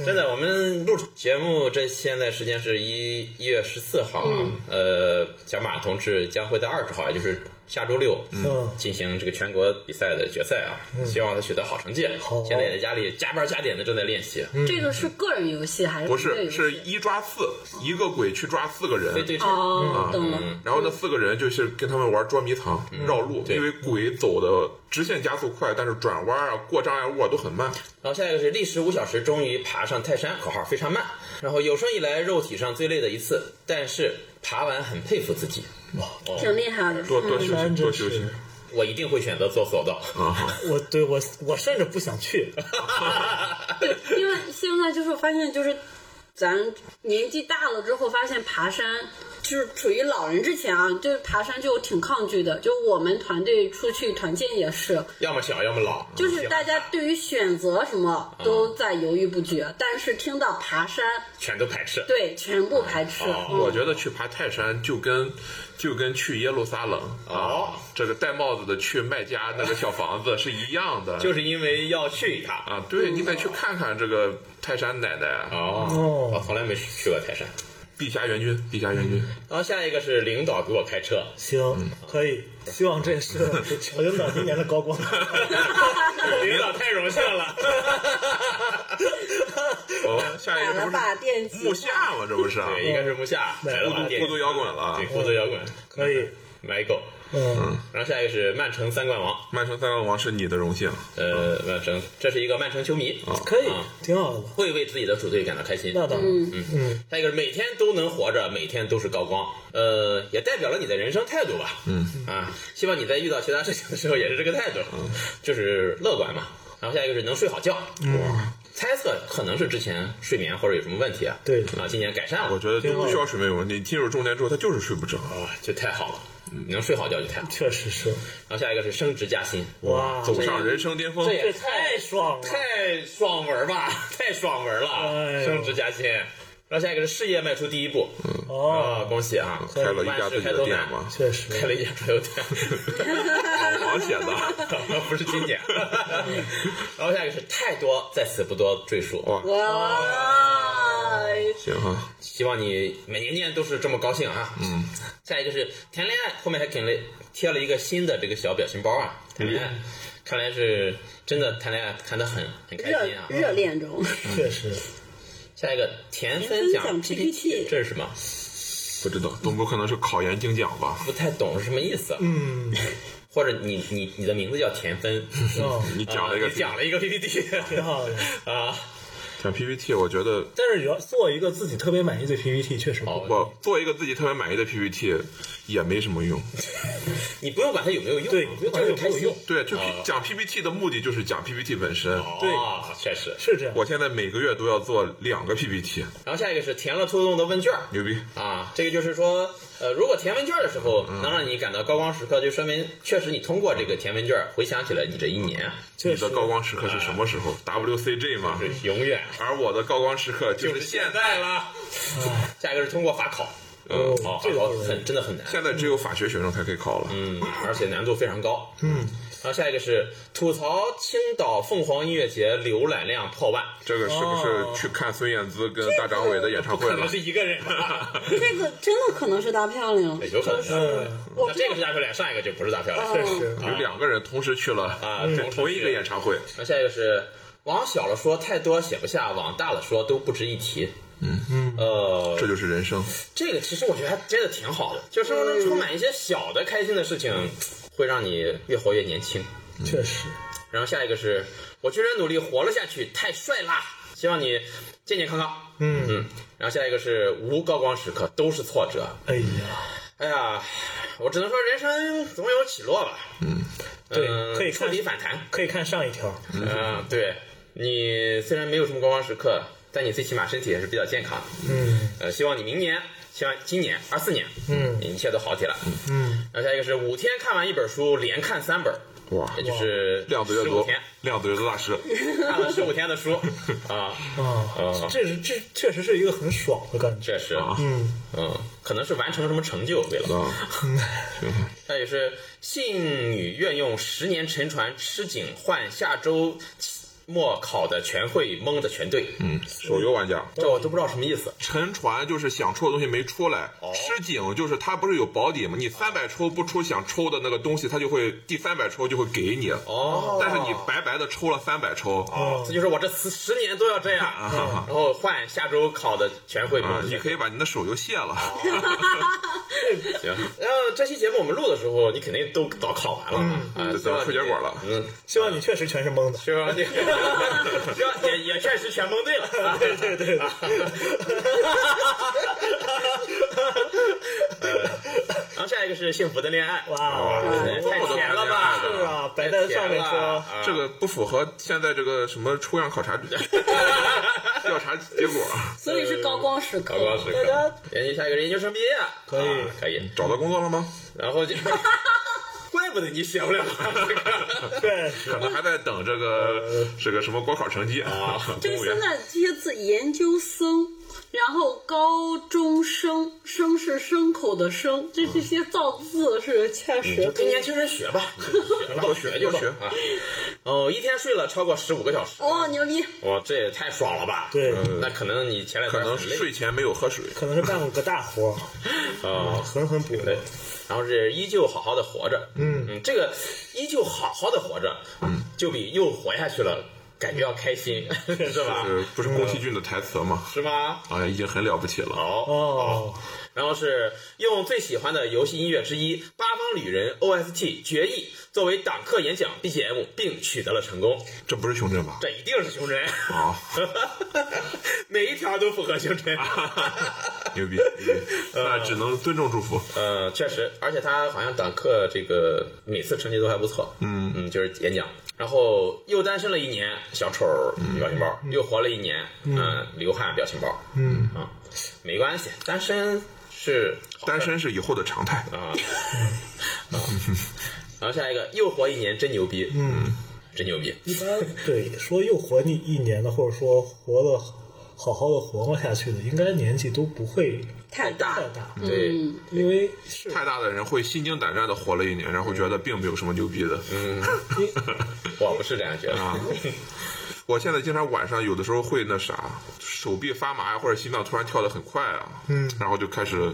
A: 真的，我们录节目这现在时间是一一月十四号啊，呃，小马同志将会在二十号，也就是下周六，
B: 嗯
A: 进行这个全国比赛的决赛啊，希望他取得好成绩。啊
B: 好嗯
A: 现在也在家里加班加点的正在练习，
G: 这个是个人游戏还是
C: 不
G: 团队
C: 是
G: 游戏
C: 是一抓四，一个鬼去抓四个
A: 对
C: 人。
A: 对，
G: 哦，懂了。
C: 然后那四个人就是跟他们玩捉迷藏、绕路，
A: 嗯对
C: 因为鬼走的直线加速快，但是转弯啊、过障碍物啊都很慢。
A: 然后下一个是历时五小时，终于爬上泰山（口号非常慢）。然后有生以来肉体上最累的一次，但是爬完很佩服自己。
G: 挺厉害的，
A: 嗯
C: 多多休息，
B: 真
C: 多休息
B: 是。
A: 我一定会选择做索 道。
C: 啊！好
B: 我对我我甚至不想 去，
G: 因为现在就是发现就是。咱年纪大了之后，发现爬山就是处于老人之前啊，对爬山就挺抗拒的。就我们团队出去团建也是，
A: 要么小，要么老，
G: 就是大家对于选择什么都在犹豫不决，但是听到爬山，
A: 全都排斥。
G: 对全部排斥。嗯
C: 我觉得去爬泰山就跟就跟去耶路撒冷
A: 哦
C: 啊，这个戴帽子的去麦加那个小房子是一样的。
A: 就是因为要去一趟。
C: 啊，对你得去看看这个泰山奶奶啊，
A: 哦，我从来没去过泰山。
C: 地下援军，地下援军。
A: 然后下一个是领导给我开车，
B: 行，可以，希望这 是乔领导今年的高 光。
A: 领导太荣幸了。
C: 哦，下一
G: 买
C: 个这
G: 了
C: 不
G: 把电
C: 是木
G: 器，
C: 下吗？这不是啊，
A: 对，应该是木下买了把电
C: 孤独摇滚了啊
A: 对，。孤独摇滚
B: 可以，
A: 买狗。
B: 嗯，
A: 然后下一个是曼城三冠王，
C: 曼城三冠王是你的荣幸，
A: 呃，曼城，这是一个曼城球迷，
B: 可以
A: 啊，
B: 挺好的。
A: 会为自己的主队感到开心。
B: 哦那当然，
A: 下一个是每天都能活着，每天都是高光，呃，也代表了你的人生态度吧。嗯啊，希望你在遇到其他事情的时候也是这个态度，
C: 嗯
A: 就是乐观嘛。然后下一个是能睡好觉，
C: 嗯
A: 哇，猜测可能是之前睡眠或者有什么问题啊。
B: 对
A: 啊，今年改善了，
C: 我觉得都不需要睡眠问题。你进入中年之后，他就是睡不着。啊
A: 哇，就太好了，能睡好觉就太好。
B: 确实是，
A: 然后下一个是升职加薪，
B: 哇，
C: 走上人生巅峰
A: 这，也
B: 这太爽了，
A: 太爽文吧，太爽文
B: 哎
A: 了，
B: 呦
A: 升职加薪。然后下一个是事业迈出第一步，啊，
B: 哦，
A: 恭喜啊，
C: 嗯开了一家自己的店嘛，
B: 确实，
A: 开了一家桌游店，
C: 好险的。
A: 不是经典。 然后下一个是太多，在此不多赘述。
C: 哇
G: 哇，
C: 行啊，
A: 希望你每一年都是这么高兴啊。嗯。下一个是谈恋爱，后面还给了贴了一个新的这个小表情包啊。
C: 哎
A: 谈恋爱，看来是真的谈恋爱谈得很很开
G: 热
A: 心啊。
G: 热恋中，
B: 确实，
A: 下一个田分
G: 田分
A: 享
G: 享 PPT
A: 这是什么？
C: 不知道，总不可能是考研精讲吧？
A: 不太懂是什么意思。
B: 嗯，
A: 或者你你你的名字叫田芬，
B: 哦，
C: 你讲了一个
A: 啊你讲了一个 PPT，
B: 挺好的。
A: 啊，
C: 讲 PPT，我觉得
B: 但是要做一个自己特别满意的 PPT，确实不
A: 哦
C: 我做一个自己特别满意的 PPT 也没什么用。
A: 你不用管它有没有用，
B: 对，不管有没有用，
C: 对，就 P- 讲 PPT 的目的就是讲 PPT 本身。
A: 对，啊哦确实。
B: 是这样。
C: 我现在每个月都要做两个 PPT，
A: 然后下一个是填了拖动的问卷儿啊
C: 牛逼！
A: 啊，这个就是说，呃，如果填问卷的时候能让你感到高光时刻，就说明确实你通过这个填问卷，回想起了你这一年，
C: 你的高光时刻是什么时候？WCG
A: 啊
C: 吗？
A: 是永远
C: 而我的高光时刻就是现在。
A: 在了。下一个是通过法考，嗯，哦，法考很真的很难，
C: 现在只有法学学生才可以考了。
A: 嗯，而且难度非常高，嗯。然后下一个是吐槽青岛凤凰音乐节浏览量破万，
C: 这个是不是去看孙燕姿跟大张伟的演唱会
A: 可
C: 了
A: 能？是一哦个 人吧，
G: 这个真的可能是大漂亮，
A: 对有可能是大漂
B: 嗯
A: 亮。那这个是大漂亮，上一个就不是大漂亮，
G: 确
B: 实
C: 有两个人同时去了
A: 啊
C: 这
A: 同时
C: 同一
A: 去
C: 个演唱会，
A: 那下一个是往小了说太多写不下，往大了说都不值一提。嗯嗯，呃，
C: 这就是人生。
A: 这个其实我觉得还真的挺好的，就生活
B: 嗯
A: 中充满一些小的开心的事情，会让你越活越年轻。
C: 嗯
B: 确实，
A: 然后下一个是，我确实努力活了下去，太帅啦！希望你健健康康。
B: 嗯
A: 嗯。然后下一个是无高光时刻，都是挫折。
B: 哎呀，
A: 哎呀，我只能说人生总有起落吧。嗯，
B: 对可以
A: 触
B: 看
A: 底反弹。
B: 可以看上一条，
A: 嗯、对你虽然没有什么高光时刻，但你最起码身体也是比较健康的。
B: 嗯
A: 呃，希望你明年，希望今年二四年，
B: 嗯
A: 一切都好起来。
B: 嗯，
A: 然后下一个是五天看完一本书，连看三本，
C: 哇
A: 也就是
C: 量子阅
A: 15
C: 读
A: 天，
C: 量子阅读大师，
A: 看了十五天的 书啊，
C: 嗯
B: 啊，这是这确实是一个很爽的感觉，
A: 确实，
B: 嗯，
A: 嗯，可能是完成了什么成就为了。
C: 啊，
A: 那也是信女愿用十年沉船吃井换下周末考的全会蒙的全对，
C: 嗯，手游玩家。
A: 这我都不知道什么意思。
C: 沉船就是想抽的东西没出来，
A: 哦
C: 吃井就是它不是有保底吗？你三百抽不出想抽的那个东西，它就会第三百抽就会给你。
A: 哦
C: 但是你白白的抽了三百抽，
A: 哦，这就是我这十十年都要这样，嗯然后换下周考的全会蒙
C: 啊
A: 的，全对。
C: 你可以把你的手游卸了。
A: 哦行，然后这期节目我们录的时候，你肯定都早考完了，啊，
C: 嗯都
A: 希望
C: 出
A: 你
C: 结果了
A: 嗯，
B: 希望你确实全是蒙的，
A: 希望 你，希望也也确实全蒙对了， 啊
B: 对对对对，
A: 然后下一个是幸福的恋爱，
C: 哦
B: 哇，
A: 对太甜了吧？
B: 是啊摆在上面说
A: 啊
C: 这个不符合现在这个什么抽样考察调查结 果，
G: 所以是高光时刻
A: 高。光时刻
B: 大家
A: 研究下一个是研究生毕业，
B: 可以
A: 啊可以，
C: 找到工作了吗？
A: 然后就，怪不得你写不了高光时刻。
B: 对，
C: 可能还在等这个这个什么国考成绩啊，
G: 就
C: 公
G: 是
C: 务员
G: 现在这些字，研究生，然后高中生，生是牲口的牲，这这些造字是确实
A: 嗯就跟年轻人学吧，
C: 多学
A: 就
C: 多学
A: 啊！哦，一天睡了超过十五个小时，
G: 哦牛逼，
A: 哇，这也太爽了吧？
B: 对
A: 嗯那可能你前两
C: 可
A: 天
C: 能
A: 很累
C: 睡前没有喝水。
B: 可能是干过个大活，
A: 啊，
B: 狠狠补
A: 对
B: 的，，
A: 然后是依旧好好的活着，嗯嗯，这个依旧好好的活着，嗯，就比又活下去了感觉要开心， 是吧？
C: 是不是宫崎骏的台词吗？
A: 是吗？
C: 啊，已经很了不起了。
A: 好，
B: 哦，
A: 然后是用最喜欢的游戏音乐之一《八方旅人》OST《决议》作为党课演讲 BGM，并取得了成功。
C: 这不是胸针吧？
A: 这一定是胸针，
C: 啊，
A: 每一条都符合胸 针。
C: 牛逼！牛逼那只能尊重祝福。
A: 呃，确实，而且他好像党课这个每次成绩都还不错，嗯嗯，就是演讲，然后又单身了一年，小丑儿表情包，又活了一年，嗯，流汗表情包，嗯啊，没关系，单身是好事
C: 单身是以后的常态。
A: 啊，啊，然后下一个又活一年，真牛逼，嗯，真牛逼，
B: 一般对说又活你一年的，或者说活的好好的活过下去的，应该年纪都不会
G: 太大
B: 太
G: 了。
B: 大，
C: 嗯
A: 对，
B: 因为是
C: 太大的人会心惊胆战的活了一年，然后觉得并没有什么牛逼的。
A: 我不是这样觉得，
C: 啊，我现在经常晚上有的时候会那啥，手臂发麻呀，或者心脏突然跳得很快啊，嗯，然后就开始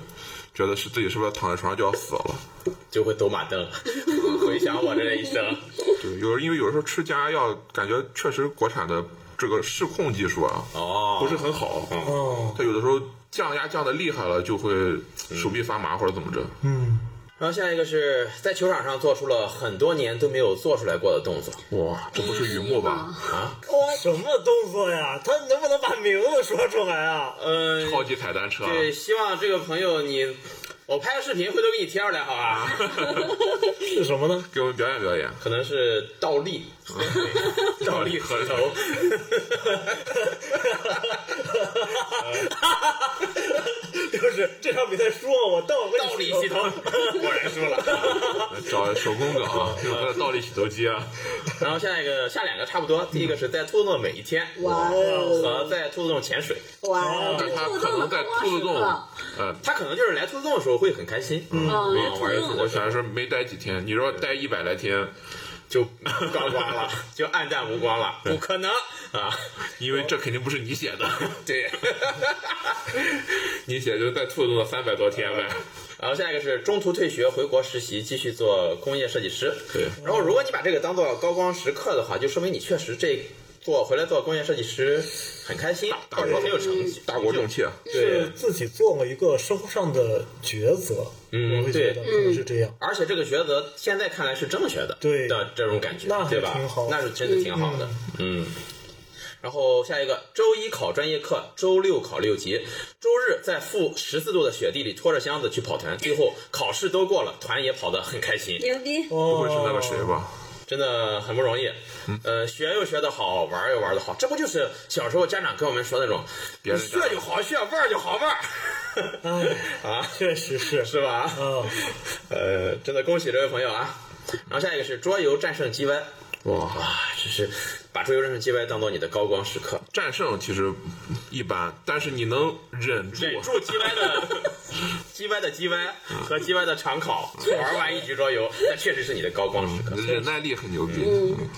C: 觉得是自己是不是躺在床上就要死了。
A: 就会走马 灯，回想我这一生，
C: 对，有因为有的时候吃降压药，感觉确实国产的这个失控技术啊，
A: 哦，
C: 不是很好。嗯
B: 哦，
C: 它有的时候降压降的厉害了，就
A: 嗯
C: 会手臂发麻或者怎么着。
B: 嗯，
A: 然后下一个是在球场上做出了很多年都没有做出来过的动作
C: 哇，这不是雨幕吧？
A: 啊，
B: 什么动作呀？他能不能把名字说出来啊？
A: 呃，
C: 超级踩单车，啊
A: 对，希望这个朋友你，我拍个视频回头给你贴上来，好 吧？
B: 是什么呢？
C: 给我们表演表演。
A: 可能是倒立， 倒立和 头，呃
B: 就是这场比赛输了，我道
A: 道理系统 果然输了。
C: 找手工梗啊，用它的倒立洗头机啊，
A: 然后下一个下两个差不多，第一个是在兔子洞每一天
G: 哇哦，
A: 和在兔子洞潜水，
G: 哇，
C: 但
G: 这
C: 它
G: 兔子
C: 可
G: 洞的
C: 能在
G: 光
C: 兔子洞
G: 时刻，
C: 呃，
A: 他可能就是来兔子洞的时候会很开心，嗯，
G: 嗯，
A: 没有
G: 那兔
A: 玩
G: 子
A: 游戏
G: 洞
A: 的
C: 我
A: 时候
C: 想说没待几天，你说待一百来天，
A: 就 高光了，就暗淡无光了，不可能啊，
C: 因为这肯定不是你写 的，
A: 对。
C: 你写就是在兔子洞的三百多天呗，
A: 然后下一个是中途退学回国实习，继续做工业设计师。
C: 对。
A: 然后如果你把这个当做高光时刻的话，就说明你确实这做回来做工业设计师很开心，或者说很有成绩。
C: 大国重器啊，
A: 对
B: 是。自己做了一个生活上的抉择，
A: 嗯
B: 我会觉得可能是这样。
A: 而且这个抉择现在看来是正确的，
B: 对
A: 的这种感觉，
B: 那还
A: 对吧？
B: 挺好
A: 那是真的挺好的，嗯。然后下一个，周一考专业课，周六考六级，周日在负十四度的雪地里拖着箱子去跑团，最后考试都过了，团也跑得很开心。
G: 牛逼，
C: 嗯不
B: 不
C: 会是那个
B: 哦
C: 谁吧？
A: 真的很不容易。
C: 嗯
A: 呃，学又学得好，玩儿又玩得好，这不就是小时候家长跟我们说那种，
C: 别
A: 你
C: 人家
A: 学就好学，玩儿就好玩儿，
B: 哎
A: 啊，
B: 确实是，
A: 是吧？
B: 嗯，
A: 呃，真的恭喜这位朋友啊。然后下一个是桌游战胜 GY，哇，这是把桌游战胜 GY 当做你的高光时刻，
C: 战胜其实一般，但是你能忍住，
A: 忍住 GY 的 GY 的 GY 和 GY 的长考，玩完一局桌游，那确实是你的高光时刻。
C: 忍耐力很牛逼。嗯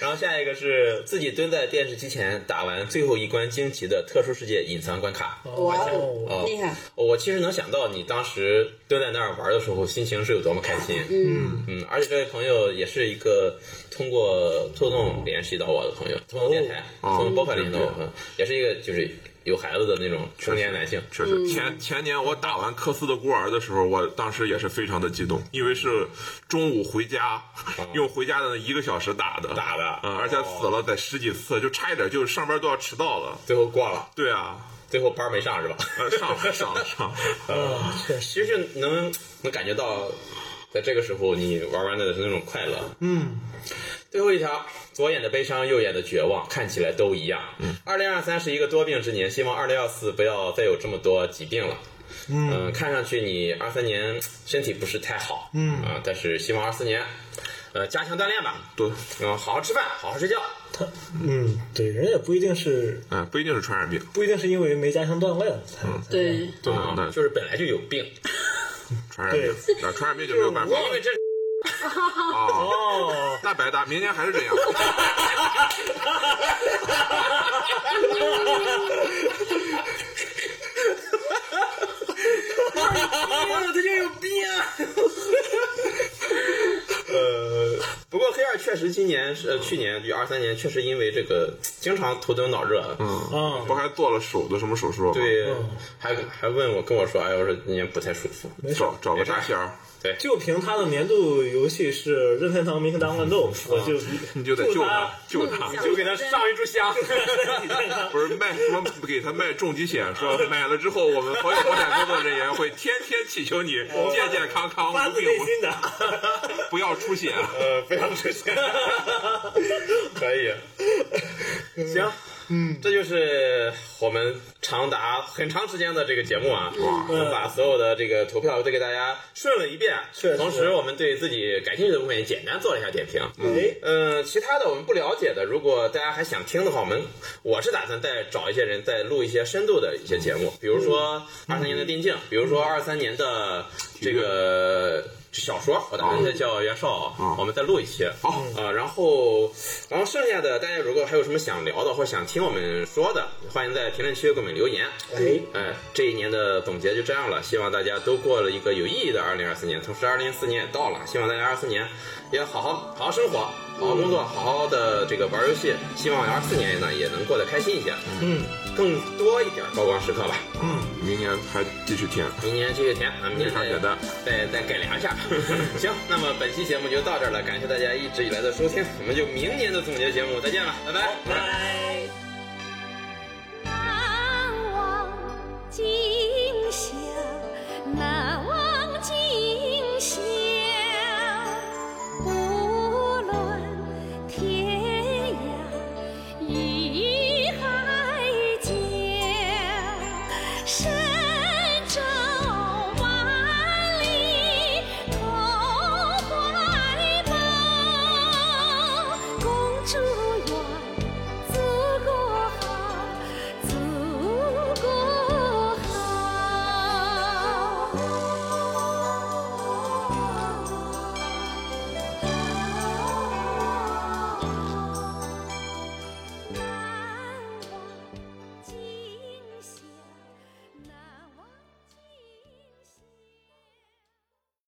A: 然后下一个是自己蹲在电视机前打完最后一关惊奇的特殊世界隐藏关卡。
G: 哇
B: 哦
G: 哦，厉害，
A: 我其实能想到你当时蹲在那儿玩的时候心情是有多么开心。嗯嗯，而且这位朋友也是一个通过兔洞联系到我的朋友，通过电台、
C: 哦
A: 通过播客联系到我的朋友，也是一个就是有孩子的那种成年男性。
C: 确实，前前年我打完科斯的孤儿的时候，我当时也是非常的激动，因为是中午回家，用回家的那一个小时哦打的，
A: 打的哦
C: 嗯，而且死了得十几次，就差一点就上班都要迟到了。
A: 最后挂了，
C: 对啊，
A: 最后班儿没上是吧？
C: 呃，上了上了上了，
B: 哦确实，
A: 其实就能能感觉到，在这个时候你玩完的是那种快乐。嗯。最后一条，左眼的悲伤，右眼的绝望，看起来都一样。二零二三是一个多病之年，希望二零二四不要再有这么多疾病了。嗯、看上去你二三年身体不是太好，嗯啊、但是希望二四年，呃，加强锻炼吧，
C: 对，
A: 嗯、好好吃饭，好好睡觉，
B: 嗯，对，人也不一定是
C: 嗯，不一定是传染病，
B: 不一定是因为没加强锻炼才。
C: 嗯
G: 对，
C: 对，
A: 啊、
C: 那
A: 就是本来就有病，
C: 传染病，那传染病就没有办法
A: 因为这
C: 啊，
B: 哦，
C: 那白搭，明年还是 这样。
A: 呃不过黑二确实今年是呃去年就二三年确实因为这个经常头疼脑热，嗯，
B: 啊，
C: 不还做了手的什么手术吗？，
A: 对，还还问我跟我说，哎，我说今年不太舒服，
C: 找找个大仙儿，
B: 就凭他的年度游戏是任天堂《名克当乱斗》，我就
C: 嗯 你就得救他，救他。
G: 嗯
A: 就给他上一炷香，
C: 不是卖说给他卖重疾险， 说买了之后，我们保险保险工作人员会天天祈求 你健健康康、
B: 发
C: 无
B: 自
C: 病
B: 内
C: 无
B: 心的。
C: 不要出血。啊
A: 呃，不要出 现，可以，行，嗯，这就是我们长达很长时间的这个节目啊，我们把所有的这个投票都给大家顺了一遍
B: 嗯确，实
A: 同时我们对自己感兴趣的部分也简单做了一下点评，嗯。
B: 哎，
A: 嗯，其他的我们不了解的，如果大家还想听的话，我们我是打算再找一些人再录一些深度的一些节目，比如
B: 嗯
A: 说二三年的电竞，比如说二三年的这个呃小说，我打
B: 哦
A: 算再叫袁绍，我们再录一期。
C: 好
A: 啊，然后然后剩下的大家如果还有什么想聊的或者想听我们说的，欢迎在评论区给我们留言。
B: 哎，
A: 哎，这一年的总结就这样了，希望大家都过了一个有意义的二零二四年。同时，二零一四年也到了，希望大家二四年也好好好好生活，
B: 嗯
A: 好好工作，好好的这个玩游戏。希望二四年呢也能过得开心一些，
B: 嗯，
A: 更多一点高光时刻吧。
C: 嗯明年还继续填。
A: 明年继续填，咱们明
C: 非常
A: 年
C: 简单
A: 再再改良一下。 行，那么本期节目就到这儿了，感谢大家一直以来的收听，我们就明年的总结节目再见了，拜拜。拜拜
H: 难忘今宵，难